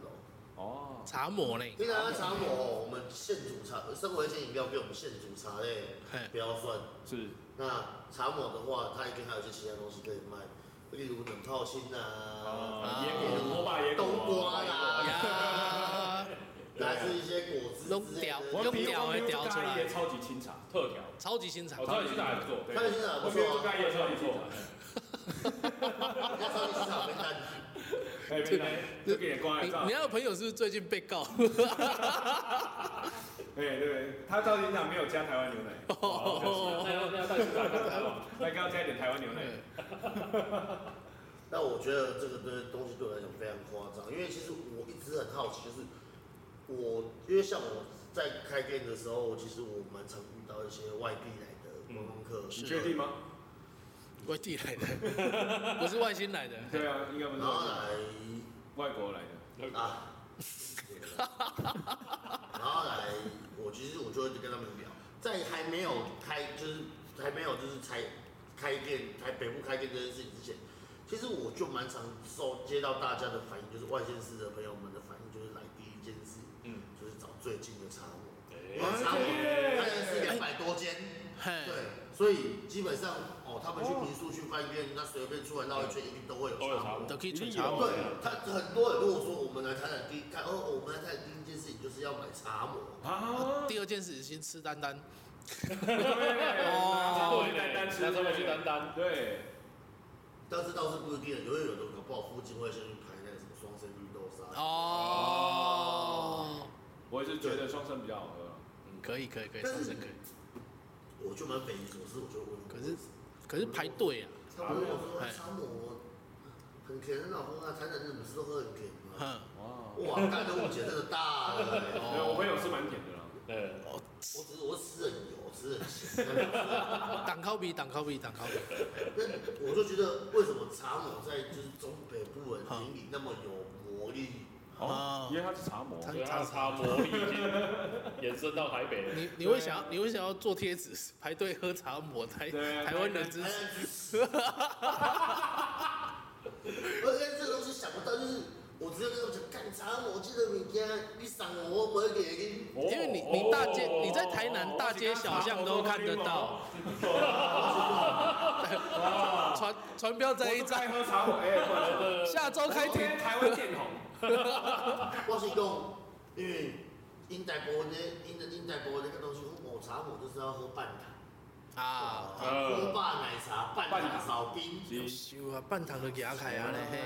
Speaker 2: 哦，
Speaker 3: 茶魔呢？
Speaker 1: 平常茶我我们现煮茶，身为一些饮料被我们现煮茶类
Speaker 3: 嘿，
Speaker 1: 不要算。
Speaker 2: 是，
Speaker 1: 那茶抹的话，它一定还有一些其他东西可以卖，例如冷泡心啊，
Speaker 2: 啊，野果，我把野果，
Speaker 1: 冬瓜
Speaker 3: 呀，
Speaker 1: 啦，来自一些果汁
Speaker 3: 拢
Speaker 1: 之类
Speaker 3: 屌
Speaker 1: 的。
Speaker 2: 我比
Speaker 1: 屌，
Speaker 2: 我比咖喱超级清茶，
Speaker 4: 特调，
Speaker 3: 超级新潮
Speaker 4: 我知，道你去哪里做，
Speaker 1: 他的现场
Speaker 2: 我
Speaker 1: 不
Speaker 2: 比
Speaker 1: 错
Speaker 2: 做
Speaker 1: 啊，
Speaker 2: 咖喱超级清茶。
Speaker 1: 要说你是好笨蛋，
Speaker 2: 哎，别来，这个也关
Speaker 3: 你
Speaker 2: 一照
Speaker 3: 你。那个朋友是不是最近被告？
Speaker 2: 对对，他到现场没有加台湾牛奶，
Speaker 3: 哦
Speaker 4: 那要那要带去打台湾，
Speaker 2: 他刚刚加一点台湾牛奶。
Speaker 1: 那我觉得这个对东西对我来讲非常夸张，因为其实我一直很好奇，就是我因为像我在开店的时候，其实我蛮常遇到一些外地来的观光客，
Speaker 2: 嗯你确定吗？
Speaker 3: 外地来的，我是外星来的。
Speaker 2: 对啊，应该不是
Speaker 1: 然后来
Speaker 2: 外国来的。
Speaker 1: 啊，然后来，我其实我就会跟他们聊，在还没有开，就是还没有就是才开店，台北部开店这件事情之前，其实我就蛮常受接到大家的反应，就是外县市的朋友们的反应，就是来第一件事，
Speaker 4: 嗯，
Speaker 1: 就是找最近的茶我，因为
Speaker 4: 哎，
Speaker 1: 茶我开的是两百多间，
Speaker 3: 嘿，
Speaker 1: 对，所以基本上哦，他们去民宿去饭店，那随便出来绕一圈，一定都会有
Speaker 4: 哎都有
Speaker 1: 茶
Speaker 4: 茶
Speaker 1: 我
Speaker 4: 我。
Speaker 3: 都可以
Speaker 2: 一定
Speaker 3: 存
Speaker 2: 有
Speaker 3: 查我。
Speaker 1: 对，他很多人跟我说，我们来台南第一看，哦，我们来台南第一件事情就是要买茶魔，
Speaker 2: 啊，
Speaker 3: 第二件事先吃丹丹，
Speaker 2: 哦
Speaker 4: 对，
Speaker 2: 单单吃，
Speaker 4: 拿他们去单单，
Speaker 2: 对，
Speaker 1: 但是倒是不一定，因为有的搞不好附近会先去排那个什么双生绿豆沙，
Speaker 3: 哦，
Speaker 2: 我是觉得双生比较好喝。
Speaker 3: 可以可以可以，
Speaker 1: 但是
Speaker 3: 上升可以。
Speaker 1: 我就蛮匪夷所思，我就问，
Speaker 3: 可是可是排队啊，
Speaker 1: 他们跟我说
Speaker 3: 哎
Speaker 1: 茶魔很甜，很好喝啊，台南人不是都喝很甜吗？
Speaker 3: 哼，哦
Speaker 2: 哇，
Speaker 1: 哇，大家误解真的大了、欸，
Speaker 2: 对，我朋友是蛮甜的啦。
Speaker 4: 呃，
Speaker 1: 我只是我吃很油，吃很咸，但是
Speaker 3: 挡靠比挡靠比挡靠比，
Speaker 1: 那我就觉得为什么茶魔在就是中北部人眼里那么有魔力？
Speaker 2: 哦
Speaker 3: 哦，
Speaker 2: 因为它是茶魔。
Speaker 3: 它
Speaker 4: 所以它它魔力已经延伸到台北了。
Speaker 3: 你你会想要你会想要做贴纸，排队喝茶抹台
Speaker 2: 对啊
Speaker 3: 台湾人支
Speaker 1: 台
Speaker 3: 持，
Speaker 1: 南之死。而且这个东西想不到，就是我直接跟他们讲，干啥？我记得你家你赏我，我不会给你。
Speaker 3: 因为你你大街你在台南大街小巷都看得到，传传标在一
Speaker 2: 我
Speaker 3: 张
Speaker 2: 在，喝茶，哎，
Speaker 3: 下周开庭。
Speaker 2: 台湾见红。
Speaker 1: 我是讲，因为英台国呢，英的英台国那个东西，抹茶我就是要喝半糖，
Speaker 3: 啊，
Speaker 1: 喝霸奶茶半糖少冰。
Speaker 3: 收啊，半糖都牙开啊嘞嘿，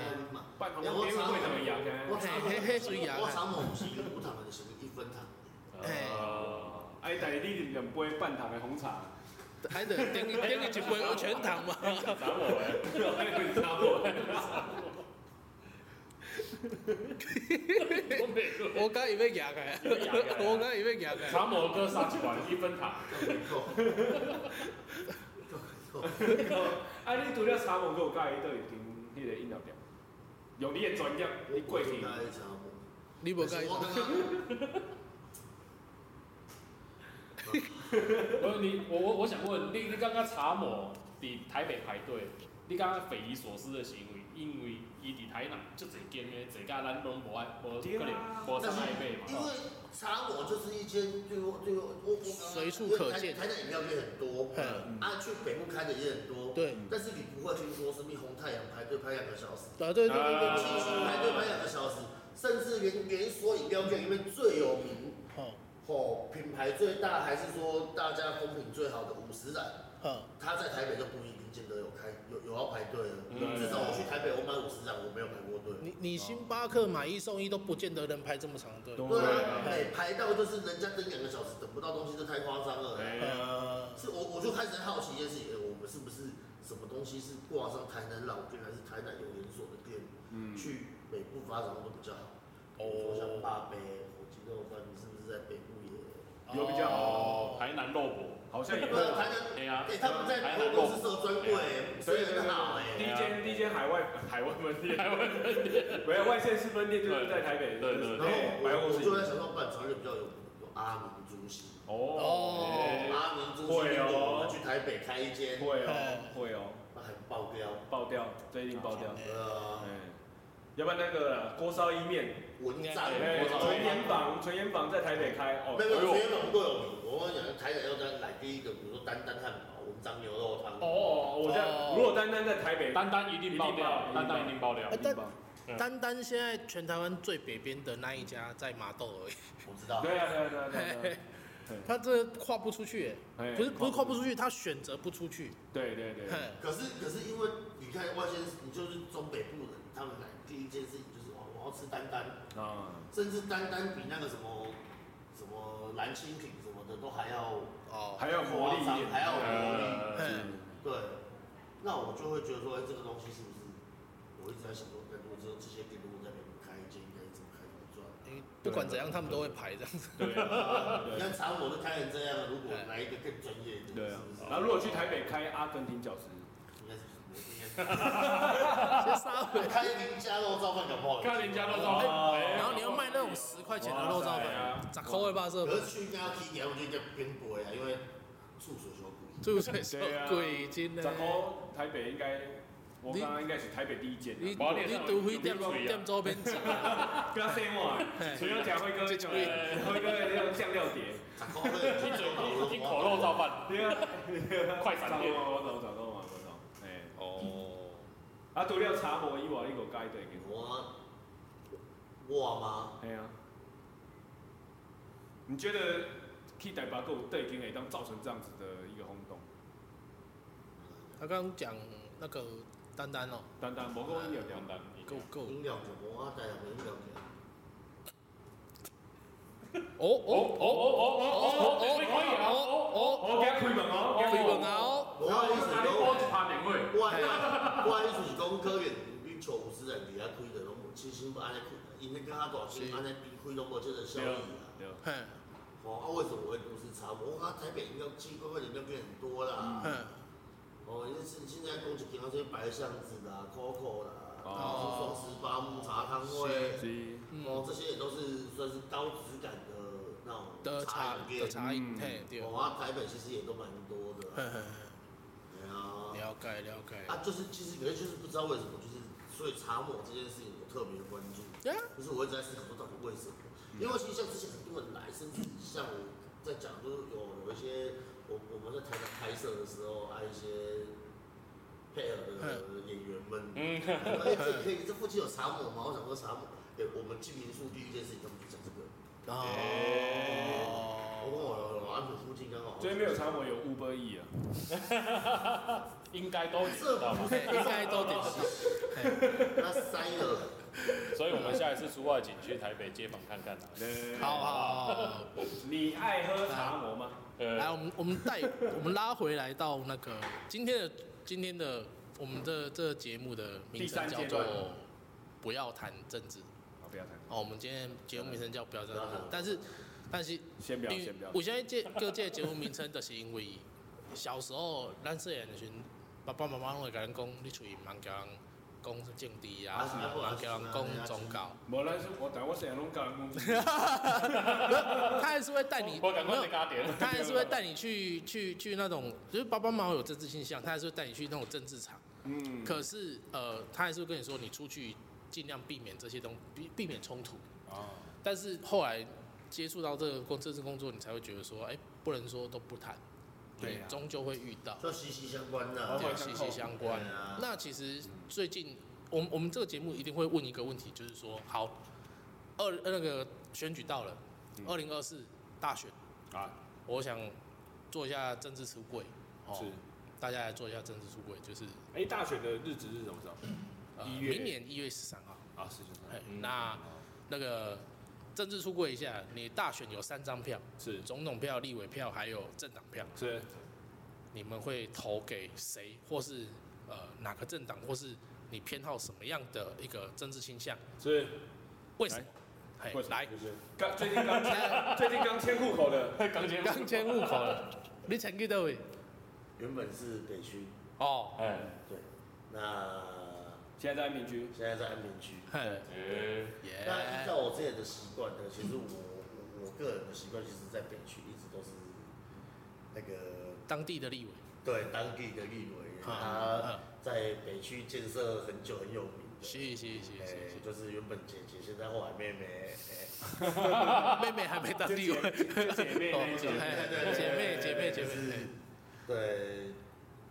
Speaker 2: 半红边会怎么样？
Speaker 1: 我茶
Speaker 3: 嘿嘿嘿水牙啊
Speaker 1: 我茶抹是一个无糖的，是一分 糖。
Speaker 4: 哎呃，
Speaker 2: 哎，但你两杯半糖的红茶，
Speaker 3: 还得顶顶你一杯全糖嘛。
Speaker 4: 砸我哎，砸我哎，我没有。
Speaker 3: 我刚以为牙开，啊 我刚以为牙开。啊
Speaker 4: 查某哥杀几碗一分糖，
Speaker 1: 够，
Speaker 2: 啊，你除了茶王有介都已经迄个饮料店，用你的专业，你过去
Speaker 1: 大概茶抹。
Speaker 3: 你无
Speaker 1: 我刚
Speaker 3: 介意？
Speaker 1: 刚
Speaker 4: 我你我我我想问，你你刚刚查某伫台北排队，你刚刚匪夷所思的行为，因为伊伫台南就一间的，一家咱拢无爱无可能无啥爱买
Speaker 1: 因为
Speaker 4: 嘛。
Speaker 1: 茶我就是一间对我对我我我
Speaker 3: 随处可见
Speaker 1: 台台南饮料店很多，
Speaker 3: 嗯，
Speaker 1: 啊，去北部开的也很多，。
Speaker 3: 对，
Speaker 1: 但是你不会去说是蜜红太阳排队排两个小时，
Speaker 3: 啊对对对
Speaker 1: 七
Speaker 3: 对，
Speaker 1: 星排队排两个小时，甚至连连锁饮料店里面最有名，
Speaker 3: 好，
Speaker 1: 哦，品牌最大还是说大家风评最好的五十岚，
Speaker 3: 好，
Speaker 1: 它在台北就不一定见得有开有有要排队了。
Speaker 4: 嗯
Speaker 1: 至少我去台北，我买五十岚，我没有排过队。
Speaker 3: 你你星巴克买一送一都不见得能排这么长的队。
Speaker 1: 对啊，每排到就是人家等两个小时等不到东西，这太夸张
Speaker 4: 嗯
Speaker 1: 了。
Speaker 2: 啊
Speaker 3: 呃，
Speaker 1: 是我我就开始好奇一件事情，哎我们是不是什么东西是挂上台南老店还是台南有连锁的店，
Speaker 2: 嗯，
Speaker 1: 去北部发展都比较好？哦，像
Speaker 3: 哦，
Speaker 1: 霸杯、火鸡肉饭，是不是在北部也？
Speaker 2: 有比较
Speaker 4: 哦，
Speaker 2: 好，
Speaker 4: 台南肉搏，
Speaker 2: 好像也
Speaker 1: 对
Speaker 2: 会。
Speaker 1: 啊，台南，
Speaker 4: 哎呀
Speaker 1: 哎，，他们在
Speaker 4: 台
Speaker 1: 北
Speaker 4: 南
Speaker 1: 部
Speaker 4: 肉
Speaker 1: 都是设专柜，所以很好
Speaker 2: 第
Speaker 1: 哎。
Speaker 2: 一间第一间海外
Speaker 4: 台湾问题，台湾
Speaker 2: 没有外县市分店就是在台北，
Speaker 1: 然后
Speaker 2: 白
Speaker 1: 我
Speaker 2: 宫
Speaker 1: 我就在
Speaker 2: 市。
Speaker 1: 想说，办长就比较有有阿明猪席，
Speaker 2: 哦，
Speaker 1: 阿明猪席，
Speaker 2: 会哦
Speaker 1: 我们去台北开一间，
Speaker 2: 会哦，会哦，
Speaker 1: 那很爆掉。
Speaker 2: 爆掉，最近爆掉。哎
Speaker 1: 呃，
Speaker 2: 要不然那个锅烧意面，
Speaker 1: 文章，
Speaker 2: 哎，
Speaker 1: 我
Speaker 2: 纯盐坊，纯盐坊在台北开哦
Speaker 1: 没，有，没有，全部都有名。我跟你讲，台南要再来第一个，比如说丹丹汉堡、文章牛肉汤。
Speaker 2: 哦，我在如果单单在台北，啊
Speaker 4: 单单一定爆掉，单单一定爆掉
Speaker 3: 哎。但
Speaker 2: 吧
Speaker 3: 单单现在全台湾最北边的那一家在麻豆而已。
Speaker 1: 我知道。
Speaker 2: 对啊对啊对啊对啊，
Speaker 3: 他这跨不出去耶，
Speaker 2: 哎
Speaker 3: 不是不是跨不
Speaker 2: 出，
Speaker 3: 出去，他选择不出去。
Speaker 2: 对对 对，
Speaker 3: 嘿
Speaker 1: 可是可是因为你看外县市，你就是中北部人，他们来第一件事情就是哦，我要吃丹丹，
Speaker 2: 啊，
Speaker 1: 甚至丹丹比那个什么什么蓝蜻蜓什么的都还要
Speaker 3: 哦，
Speaker 2: 还要魔力一点，
Speaker 1: 还要魔力
Speaker 2: 呃
Speaker 3: 嘿
Speaker 1: 对。那我就会觉得说，哎、这个东西是不是？我一直在想说，那如果这这些店如果在北部开一间，应该怎么开怎么赚？
Speaker 3: 因为不管怎样，他们都会排 这样
Speaker 1: 嗯
Speaker 3: 子。
Speaker 4: 对啊，
Speaker 1: 你看茶我都开成这样了，如果来一个更专业的，
Speaker 2: 对啊
Speaker 1: 是不是，
Speaker 2: 然后如果去台，北开阿根廷饺子，
Speaker 1: 应该是应
Speaker 3: 先杀回
Speaker 1: 该是开林家肉燥饭搞不好，
Speaker 4: 看人家都知
Speaker 2: 哦
Speaker 4: 道，
Speaker 3: 然后你要卖那种十块钱的肉燥饭，
Speaker 4: 哇
Speaker 3: 咋扣会吧？是
Speaker 1: 可是去跟他提点，我就叫偏不会啊，因为住所小贵。
Speaker 3: 注水收
Speaker 2: 对啊
Speaker 3: 鬼金
Speaker 2: 十
Speaker 3: 呢？
Speaker 2: 块台北应该，我
Speaker 3: 你
Speaker 2: 刚刚应该是台北第一间啊，
Speaker 3: 你
Speaker 4: 无你
Speaker 3: 你除非踮
Speaker 2: 啊
Speaker 4: 你
Speaker 3: 踮周边食，
Speaker 2: 跟他 say
Speaker 3: 嘿
Speaker 2: 除了吃辉 哥，
Speaker 3: 这
Speaker 2: 呃辉哥的那种酱料碟，
Speaker 1: 十块会
Speaker 4: 听嘴听听口
Speaker 1: 口
Speaker 4: 肉造饭，
Speaker 2: 对啊，
Speaker 4: 快闪 店
Speaker 2: 哦我懂，找到嘛，我懂，哎，
Speaker 4: 哦，
Speaker 2: 啊，除了茶无以外，你个解对个，
Speaker 1: 我我吗？
Speaker 2: 系啊，你觉得去台北购对经会当造成这样子的一个轰动？
Speaker 3: 他刚刚讲那个丹丹哦，
Speaker 2: 单单无讲饮料单单，
Speaker 3: 够够
Speaker 1: 饮料酒，我带了饮料酒。
Speaker 3: 哦哦哦
Speaker 2: 我今开门哦，
Speaker 3: 哦，飞问啊哦，
Speaker 1: 我的意思
Speaker 4: 我
Speaker 1: 讲，
Speaker 4: 一拍两位，
Speaker 1: 我我我的意思是讲，可能你求有私人伫遐开的，拢无真心要安尼开，因为跟他大心安尼边开拢无这个效益啊。
Speaker 2: 对，
Speaker 3: 嘿
Speaker 1: 哦，啊，为什么我会都市差？我看台北应该奇奇怪怪的店变很多啦。
Speaker 3: 嘿，
Speaker 1: 哦，因为是现在攻击平常这些白巷子啦、COCO 啦，然后双
Speaker 3: 哦
Speaker 1: 十八木茶汤会，
Speaker 2: 是，
Speaker 3: 嗯，
Speaker 1: 哦这些也都是算是高质感的那种
Speaker 3: 的茶
Speaker 1: 饮
Speaker 3: 的
Speaker 1: 店。
Speaker 3: 茶饮，
Speaker 2: 嗯
Speaker 3: 嘿对，
Speaker 1: 哦，啊，台北其实也都蛮多的
Speaker 3: 嘿
Speaker 1: 啦。
Speaker 3: 嘿，
Speaker 1: 对啊
Speaker 3: 嘿。了解了解，
Speaker 1: 啊，就是其实可是就是不知道为什么，就是所以查某这件事情我特别关注，
Speaker 4: 啊
Speaker 3: 呀，
Speaker 1: 就是我一直在思考说到底为什么，
Speaker 4: 嗯
Speaker 1: 因为其实像之前很多人来，甚至像我在讲，就是有有一些我我们在台南拍摄的时候啊，一些配合的演员们，哎、
Speaker 4: 嗯，
Speaker 1: 欸，这里可以，这附近有查某吗？我想说查某，哎、我们进民宿第一件事情他们就讲这个，哦我跟
Speaker 3: 哦，
Speaker 1: 我安平附近刚好，
Speaker 2: 最近没有查我有 Uber E 啊，
Speaker 4: 应该都知道吧？
Speaker 3: 嘿应该都得是，嘿
Speaker 1: 那塞了，
Speaker 4: 所以我们下一次出外景去台北街访看看啊。
Speaker 3: 好好好，好
Speaker 2: 你爱喝茶魔吗？
Speaker 3: 来，
Speaker 4: 呃，
Speaker 3: 我们我们带我们拉回来到那个今天的今天的我们的这个节目的名
Speaker 2: 第
Speaker 3: 称
Speaker 2: 三
Speaker 3: 叫
Speaker 2: 阶
Speaker 3: 做
Speaker 2: 段
Speaker 3: 不要谈政治。
Speaker 2: 好，不要谈，
Speaker 3: 哦，我们今天节目名称叫不要谈政
Speaker 1: 不
Speaker 3: 治
Speaker 1: 要谈，
Speaker 3: 但是但是
Speaker 2: 先嗯不要，
Speaker 3: 因为
Speaker 2: 先不要，
Speaker 3: 我现在这各界节目名称都是因为小时候咱细汉的时候，爸爸妈妈拢会甲咱讲，你出去茫叫人讲政治啊，
Speaker 1: 啊是啊
Speaker 3: 茫叫人讲宗教，
Speaker 2: 无咱是我，但我想拢讲公司，
Speaker 3: 他还是会带你
Speaker 4: 哦我赶
Speaker 3: 没
Speaker 4: 快
Speaker 3: 有
Speaker 4: 再加点。
Speaker 3: 他还是会带你去去去那种，就是爸爸妈妈有政治倾向，他还是会带你去那种政治场。
Speaker 2: 嗯，
Speaker 3: 可是呃，他还是会跟你说，你出去尽量避免这些东避避免冲突。
Speaker 2: 啊，
Speaker 3: 但是后来接触到这个工政治工作，你才会觉得说，哎、不能说都不谈，
Speaker 2: 对啊
Speaker 3: 你终究会遇到，
Speaker 1: 就息息相关啊的、
Speaker 2: 包括
Speaker 3: 对，
Speaker 2: 相
Speaker 3: 息
Speaker 2: 扣
Speaker 3: 息相关
Speaker 1: 对啊。
Speaker 3: 那其实最近，我们我们这个节目一定会问一个问题，就是说，好，二呃那个选举到了，
Speaker 2: 嗯
Speaker 3: 二零二四大选，
Speaker 2: 啊，
Speaker 3: 我想做一下政治出柜，哦
Speaker 2: 是，
Speaker 3: 大家来做一下政治出柜，就是
Speaker 2: 哎，大选的日子是什么时候？
Speaker 3: 呃，
Speaker 2: 一月哦
Speaker 3: 明年一月十三号。
Speaker 2: 啊，是是
Speaker 3: 哎，那那个政治出柜一下，你大选有三张票，
Speaker 2: 是
Speaker 3: 总统票、立委票还有政党票，
Speaker 2: 是，
Speaker 3: 你们会投给谁，或是呃哪个政党，或是你偏好什么样的一个政治倾向？
Speaker 2: 是，
Speaker 3: 为什么？哎，来，
Speaker 2: 刚最近刚
Speaker 3: 来
Speaker 2: 迁，最近刚迁户口的，
Speaker 4: 刚结
Speaker 3: 刚迁户口了，你迁去到位？
Speaker 1: 原本是北区，
Speaker 3: 哦，
Speaker 4: 哎，
Speaker 1: 对，那。
Speaker 2: 现在在民居，
Speaker 1: 现在在安平区。
Speaker 3: 嘿，
Speaker 4: 哎，
Speaker 3: 耶，
Speaker 1: 那依照我之前的习惯呢，其实我我我个人的习惯，其实在北区一直都是那个
Speaker 3: 当地的立委，
Speaker 1: 对当地的立委，
Speaker 3: 嗯
Speaker 1: 他
Speaker 3: 嗯
Speaker 1: 在北区建设很久很有名的。
Speaker 3: 是是是
Speaker 1: 哎
Speaker 3: 是是，
Speaker 1: 就是原本姐姐，现在后来妹妹，哎
Speaker 3: 妹妹还没当立委，
Speaker 2: 姐妹那一
Speaker 3: 哦姐
Speaker 2: 种，
Speaker 3: 妹姐妹姐妹姐
Speaker 1: 就是
Speaker 3: 妹，
Speaker 1: 对，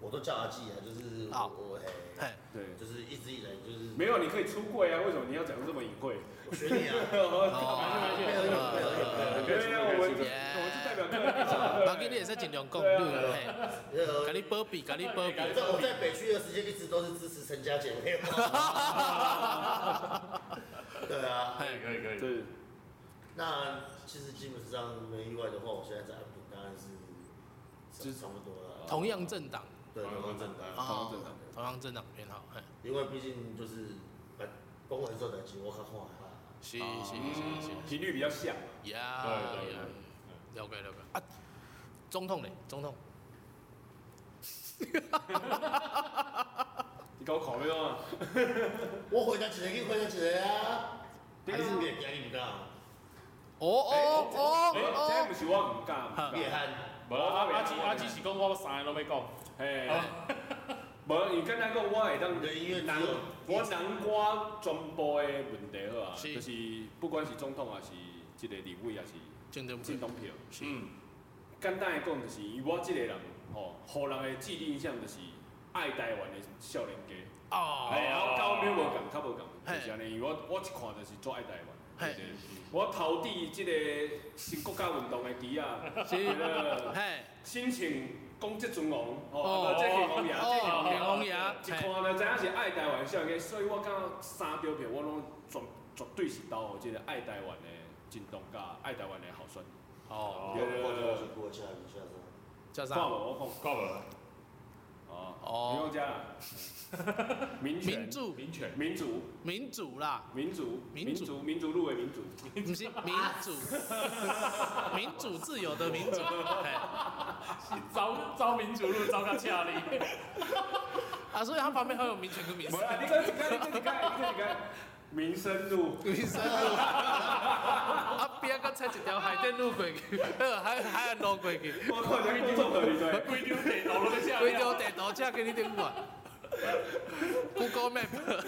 Speaker 1: 我都叫她记啊，就是
Speaker 3: 好
Speaker 1: 我我
Speaker 3: 嘿
Speaker 1: 哎，
Speaker 3: 嘿，
Speaker 2: 对，
Speaker 1: 就是一直以来就是
Speaker 2: 没有，你可以出柜啊，为什么你要讲得这么隐晦？
Speaker 1: 我学你啊，
Speaker 2: 对啊，
Speaker 3: 哦
Speaker 1: 没有没有没有没有没有
Speaker 2: 我们我们就代表个客人讲，
Speaker 3: 马吉你也是尽量讲，
Speaker 2: 对啊
Speaker 3: 对不对？
Speaker 1: 那个
Speaker 3: 咖喱波比，咖喱波比，
Speaker 1: 在我在北区的时间一直都是支持陈家姐妹嘛。 对啊，
Speaker 4: 可以可以可以，
Speaker 2: 对，
Speaker 1: 那其实基本上没意外的话，我现在在安平当然是
Speaker 2: 支啊
Speaker 1: 是差不多了。
Speaker 3: 同样政党，
Speaker 1: 对，同样正
Speaker 3: 哦
Speaker 1: 当，
Speaker 2: 同样政党
Speaker 3: 同样政党偏好，嘿，
Speaker 1: 因为毕竟就是把公文做代志，我较看啊。
Speaker 3: 是是是是
Speaker 2: 频率比较像，
Speaker 3: 是，呀
Speaker 4: 对对
Speaker 3: 呀
Speaker 4: 对，
Speaker 3: 了解了解啊，总统嘞，总统，
Speaker 2: 你搞考虑啊，
Speaker 1: 我回答一个，你回答一个啊。
Speaker 2: 对啊
Speaker 1: 还是你压力不啊大，
Speaker 3: 哦哦
Speaker 2: 哎，这
Speaker 3: 哦
Speaker 2: 不是我唔敢，
Speaker 3: 哈
Speaker 2: 唔
Speaker 1: 厉
Speaker 2: 敢，
Speaker 1: 害。
Speaker 4: 无啦，阿阿基阿基是讲我三个拢要讲，
Speaker 2: 嘿，无你刚才讲我会当
Speaker 1: 你的音乐只
Speaker 2: 南
Speaker 1: 有，
Speaker 2: 我南歌全部的问题好啊，
Speaker 3: 是
Speaker 2: 就是不管是总统还是即个立委还是
Speaker 3: 哦，政党
Speaker 2: 进党票。
Speaker 3: 是
Speaker 4: 嗯，
Speaker 2: 简单的讲，就是我即个人吼，互人的既定印象就是爱台湾的少年家。
Speaker 3: 哦，
Speaker 2: 哎，然后到尾无共，较无共，
Speaker 3: 嘿
Speaker 2: 就是安尼。因为我我一看就是做爱台湾，
Speaker 3: 嘿
Speaker 2: 对对我投递即个新国家运动的旗啊，那
Speaker 3: 是，
Speaker 2: 个
Speaker 3: 嘿，
Speaker 2: 心情讲即阵王，
Speaker 3: 哦
Speaker 2: 哦哦，啊这个王爷，这个
Speaker 3: 哦，
Speaker 2: 王
Speaker 3: 连
Speaker 2: 爷，
Speaker 3: 王爷，
Speaker 2: 一
Speaker 3: 嘿
Speaker 2: 看就知影是爱台湾少年家，所以我感觉三张票我拢绝绝对是投互即个爱台湾的进动甲爱台湾的候选人。
Speaker 3: 哦，
Speaker 1: 有
Speaker 2: 啊
Speaker 1: 我就去过下一下子。
Speaker 3: 叫
Speaker 2: 看
Speaker 3: 啥？
Speaker 2: 无我讲，
Speaker 4: 够无？
Speaker 2: 哦，你
Speaker 3: 哦，
Speaker 2: 讲遮啦，嗯 民权
Speaker 3: 民、主，
Speaker 4: 民权，
Speaker 2: 民主、
Speaker 3: 民主啦，
Speaker 2: 民主、
Speaker 3: 民
Speaker 2: 民
Speaker 3: 主
Speaker 2: 主、民主路的民主。
Speaker 3: 不是民主，民主自由的民主，嘿。
Speaker 4: 招招民主路招到恰哩，
Speaker 3: 啊，所以它旁边还有民权跟民
Speaker 2: 无
Speaker 3: 生。
Speaker 2: 啦，你看，你看，你看，你看，你看，民生路，
Speaker 3: 民生路，啊边啊，搁切一条海淀路过去，呃，海海岸路过去，
Speaker 2: 我靠，这个你做何里对？
Speaker 4: 规张地头拢要恰
Speaker 3: 规条地图车给你顶管。Google Map，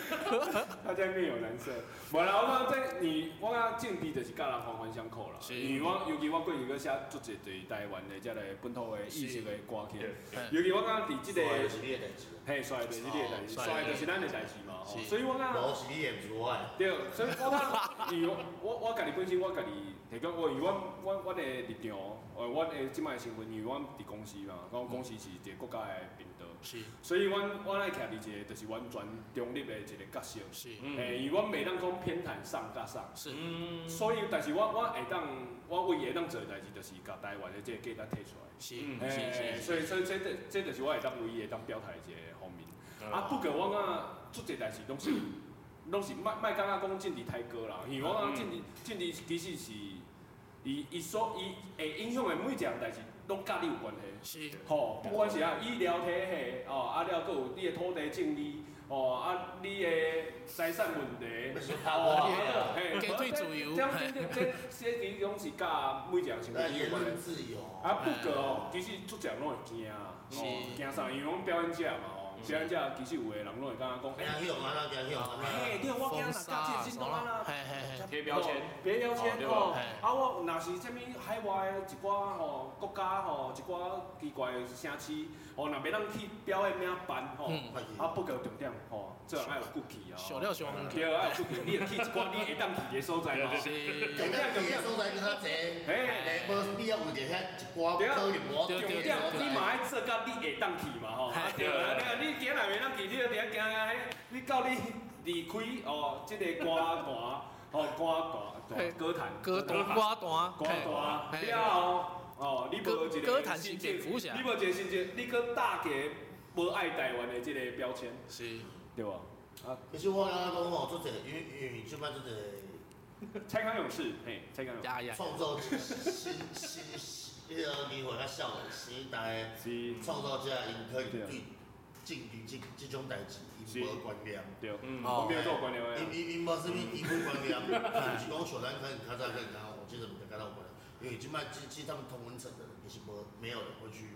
Speaker 2: 他家面有蓝色。无啦，我讲这你，我讲政治就是甲人环环相扣啦。
Speaker 3: 是
Speaker 2: 因为我尤其我过去搁写足侪对台湾的遮个本土的意识的歌曲，
Speaker 3: 嘿
Speaker 2: 尤其我讲伫即个
Speaker 1: 对，我就是你的代志。啊
Speaker 2: 嘿，衰就是你的代志，
Speaker 3: 哦
Speaker 2: 衰就是咱的代志嘛。吼
Speaker 3: 是
Speaker 2: 所以我讲。
Speaker 1: 我是你的，不是我的。
Speaker 2: 对，所以我讲，因为我我家己本身我家己提供，我因为我我我的立场，呃，我的即摆身份，因为我伫公司嘛，我公司是一个国家的频道，
Speaker 3: 是
Speaker 2: 所以阮我爱徛伫一个就是完全中立的一个角色，
Speaker 3: 是
Speaker 2: 诶、因为我袂当讲偏袒上甲上，
Speaker 3: 是，
Speaker 4: 嗯，
Speaker 2: 所以但是我我会当我唯一会当做的代志，就是甲台湾的即个价值摕出来。
Speaker 3: 是
Speaker 4: 嗯
Speaker 2: 嘿
Speaker 3: 是是
Speaker 2: 所以所以这这这就是我会当唯一会当表态的一个方面。
Speaker 3: 嗯
Speaker 2: 啊，不过我感觉足侪代志拢是拢是莫莫感觉讲政治太高啦，因为我感觉政
Speaker 3: 嗯
Speaker 2: 治政治其实是伊伊所伊会影响的每一项代志拢甲你有关系。
Speaker 3: 是
Speaker 2: 吼、不管是啊医疗体系，哦啊了，佫有你的土地政治，哦啊你的财产问题，哦啊，嘿
Speaker 3: 给最自由
Speaker 2: 这这这这这拢是甲每一项
Speaker 1: 那
Speaker 2: 生活有
Speaker 1: 言
Speaker 2: 关系
Speaker 1: 论。自由。
Speaker 2: 啊，不过哦，其实出奖拢会惊啊，
Speaker 3: 是
Speaker 2: 哦，惊啥？因为阮表演者嘛哦，表演者其实有的人拢会感觉讲，
Speaker 1: 哎呀，去用啊啦，去用啊啦。
Speaker 2: 哎，对，我惊
Speaker 3: 封
Speaker 2: 啦，
Speaker 3: 杀
Speaker 2: 甲这
Speaker 3: 什
Speaker 2: 新东啊啦，
Speaker 3: 么？嘿嘿嘿，
Speaker 4: 贴标签，
Speaker 2: 别标签
Speaker 4: 哦对吧
Speaker 2: 哦
Speaker 3: 嘿。
Speaker 2: 啊，我若是啥物海外的一寡吼国家吼一寡奇怪的城市，哦，若袂当去表演名办吼，
Speaker 3: 嗯，
Speaker 2: 啊，不过重点吼，做人要有骨气啊。
Speaker 3: 小料小红
Speaker 2: 对，要有骨气，你会去一寡你会当去的所在嘛。
Speaker 3: 是
Speaker 1: 人家企业所在比较侪，哎，无必要为着遐一寡讨厌我
Speaker 2: 重点你嘛爱做到你会当去嘛吼，啊对啦，你你今日袂当去，你就伫遐行行，你到你离开哦，即个歌坛哦歌坛歌坛
Speaker 3: 歌单歌单，
Speaker 2: 歌坛
Speaker 3: 嘿
Speaker 2: 了后哦，你无一个你无一个心情，你搁搭个无爱台湾的即个标签，
Speaker 3: 是
Speaker 2: 对无？啊，
Speaker 1: 可是我刚刚讲吼，做者因为因为即摆做者
Speaker 2: 蔡康永是嘿，蔡康永
Speaker 3: 呀呀，
Speaker 1: 创造新新迄个年代较少的时代，
Speaker 2: 是，
Speaker 1: 创造者因可以对政治即即种代志因无观念，
Speaker 2: 对，
Speaker 4: 嗯，
Speaker 2: 我没有做观念
Speaker 1: 因因因无啥物因无观念，就是讲像咱可能较早可能讲我即阵毋敢到观念，因为即摆即即他们同文层的人其实无没有人会去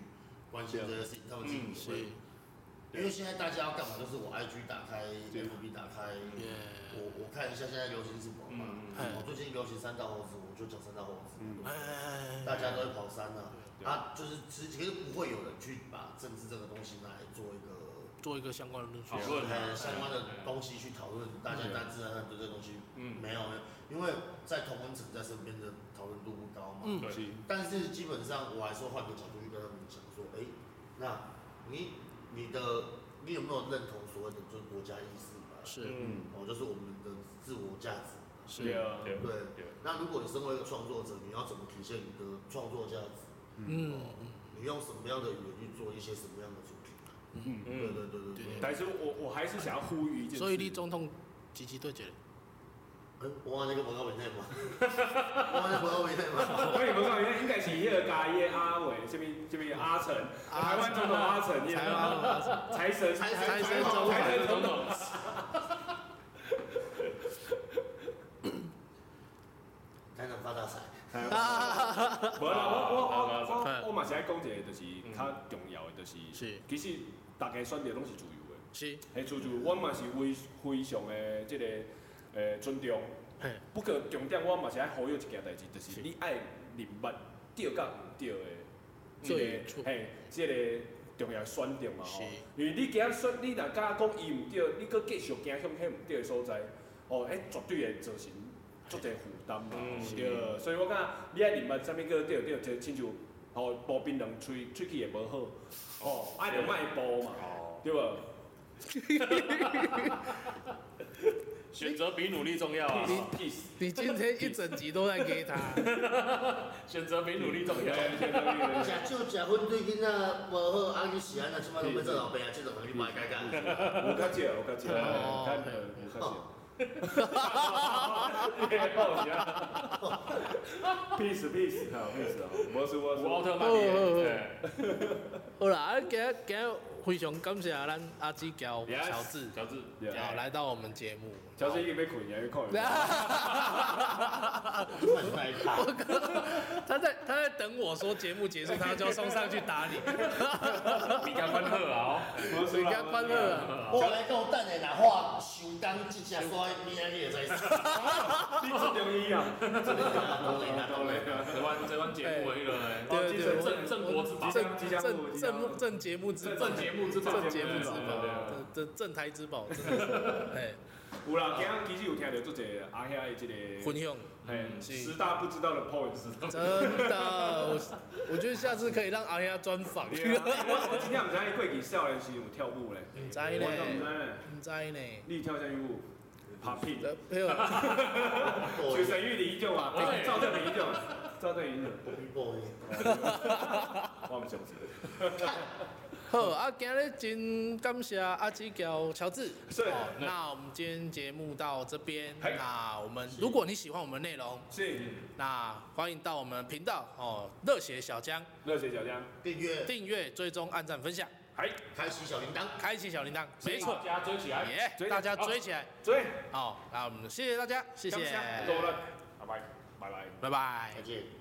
Speaker 1: 关心这个事情，他们自己会。因为现在大家要干嘛？就是我 IG 打开
Speaker 2: 对
Speaker 1: ，FB 打开，
Speaker 3: 耶，
Speaker 1: 我我看一下现在流行什么嘛。
Speaker 2: 嗯，
Speaker 3: 哎
Speaker 1: 我最近流行三道猴子，我就讲三道猴子
Speaker 2: 嗯
Speaker 1: 嘛。
Speaker 3: 哎，
Speaker 1: 大家都会跑山啊，
Speaker 2: 对
Speaker 1: 啊，就是其实其实不会有人去把政治这个东西拿来做一个
Speaker 3: 做一个相关的论述
Speaker 4: 讨。论
Speaker 1: 呃相关的东西去讨论，大家大自然上对这个东西
Speaker 4: 嗯，
Speaker 1: 没有没有，因为在同温层在身边的讨论度不高嘛。
Speaker 3: 嗯
Speaker 4: 对，
Speaker 1: 但是基本上我还是会换个角度去跟他们讲说，哎、那你你的你有没有认同所谓的就是国家意识嘛？
Speaker 3: 是
Speaker 2: 嗯，
Speaker 1: 哦，就是我们的自我价值嘛。
Speaker 2: 对
Speaker 3: 是，
Speaker 2: 啊，
Speaker 4: 对
Speaker 1: 对
Speaker 4: 对，
Speaker 1: 那如果你身为一个创作者，你要怎么体现你的创作价值？
Speaker 3: 嗯
Speaker 1: 你用什么样的语言去做一些什么样的主题？
Speaker 3: 嗯
Speaker 1: 对对
Speaker 2: 嗯，
Speaker 1: 对对对
Speaker 3: 对对
Speaker 2: 但是我我还是想要呼吁一件事，
Speaker 3: 嗯，所以 你总统积极对决，
Speaker 1: 哎，我往那个广告文内嘛，我往那个广告 文内嘛，
Speaker 2: 我跟你们讲，应该是迄个家业阿伟，这边这边阿成，台湾总统阿成，你知
Speaker 3: 台
Speaker 2: 道吗？
Speaker 3: 湾嘛，
Speaker 2: 财神，
Speaker 1: 财
Speaker 2: 财
Speaker 1: 神总统
Speaker 2: 财神总统，
Speaker 1: 才能发大财。
Speaker 2: 无啦，我我我
Speaker 3: 嗯
Speaker 2: 我我嘛是爱讲一个，就是较重要的，就是
Speaker 3: 是
Speaker 2: 其实大家选择拢是自由的，
Speaker 3: 是，
Speaker 2: 迄自由我嘛是非非常的即个诶尊重。
Speaker 3: 嘿，
Speaker 2: 不过重点我嘛是爱呼吁一件代志，就是
Speaker 3: 是
Speaker 2: 你爱明白对甲毋对的即
Speaker 3: 对
Speaker 2: 个
Speaker 3: 错
Speaker 2: 嘿，即个重要的选择嘛吼
Speaker 3: 是。
Speaker 2: 因为你今仔选，你若敢讲伊毋对，你搁继续行向迄毋对的所在，哦，迄绝对会造成足侪负担嘛
Speaker 4: 嗯，
Speaker 2: 对。所以我感觉你爱明白啥物叫对对，就亲像吼无槟榔喙喙齿会无好，哦，爱着莫补嘛，
Speaker 4: 哦，
Speaker 2: 对无？
Speaker 4: 选择比努力重要啊，
Speaker 2: peace，
Speaker 3: 你今天一整集都在给他，
Speaker 4: 选择比努力重要。
Speaker 1: 食酒食薰对囡仔无好，啊你是安那即摆拢要做老爸啊，即种人你莫改讲。
Speaker 2: 有 较少，有较少，
Speaker 3: 哦
Speaker 2: 较有较少。好笑，peace peace，好 peace 哦，无事无
Speaker 4: 有奥
Speaker 2: 事。
Speaker 4: 特曼耶，
Speaker 3: 好啦，啊，今天今天非常感谢咱阿基交
Speaker 4: 对
Speaker 3: 乔治，
Speaker 4: 乔治，
Speaker 2: 对
Speaker 3: 好来到我们节目，
Speaker 2: 乔治已经被困，也被困。
Speaker 1: 乱来卡，
Speaker 3: 他在他在等我说节目结束，他就要送上去打你，
Speaker 4: 比较欢乐啊哦，
Speaker 2: 无事
Speaker 3: 你该快乐啊了。
Speaker 1: 我来讲等下若话收工即只刷明仔日会使死。
Speaker 2: 你注重伊啊，
Speaker 1: 当然啦，当然啦。
Speaker 4: 台湾台湾节目的迄个呢，
Speaker 3: 对对对，
Speaker 4: 正正国之宝，
Speaker 3: 正正正正节目之宝
Speaker 4: 正，节目之宝，
Speaker 3: 正节目之
Speaker 4: 对啊对对
Speaker 3: 宝，正正正台之宝，真的是，哎，
Speaker 2: 有啦，今仔其实有听到做者阿兄啊的即个，
Speaker 3: 混用，
Speaker 2: 嘿，十大不知道的 points。
Speaker 3: 真的，我我觉得下次可以让阿丫专访，
Speaker 2: 我
Speaker 4: 啊
Speaker 2: 我真正毋知你过去少年时有跳舞咧，
Speaker 3: 唔知
Speaker 2: 我都毋知
Speaker 3: 呢，
Speaker 2: 咧，
Speaker 3: 唔知呢，
Speaker 2: 你跳啥舞？popping。
Speaker 3: 呃没有，
Speaker 2: 水神玉里依旧嘛，
Speaker 4: 对
Speaker 2: 赵正宇依旧嘛，哎赵正宇依旧。我们相信。
Speaker 3: 好，啊，今日真感谢阿基交乔治。
Speaker 2: 是
Speaker 3: 哦那我们今天节目到这边，
Speaker 2: 嘿
Speaker 3: 那我们如果你喜欢我们的内容，
Speaker 2: 是，
Speaker 3: 那欢迎到我们频道哦，热血小江
Speaker 2: 热血小将，
Speaker 1: 订阅、
Speaker 3: 订阅、追踪、按赞、分享，
Speaker 2: 还
Speaker 1: 开启小铃铛，
Speaker 3: 开启小铃铛，没错，
Speaker 4: 大家追起来，
Speaker 3: 耶
Speaker 2: 追，
Speaker 3: 大家追起来，
Speaker 2: 追，
Speaker 3: 好，那我们谢谢大家，谢谢，
Speaker 2: 多了，拜拜，拜拜。
Speaker 3: 拜拜
Speaker 1: 再。见。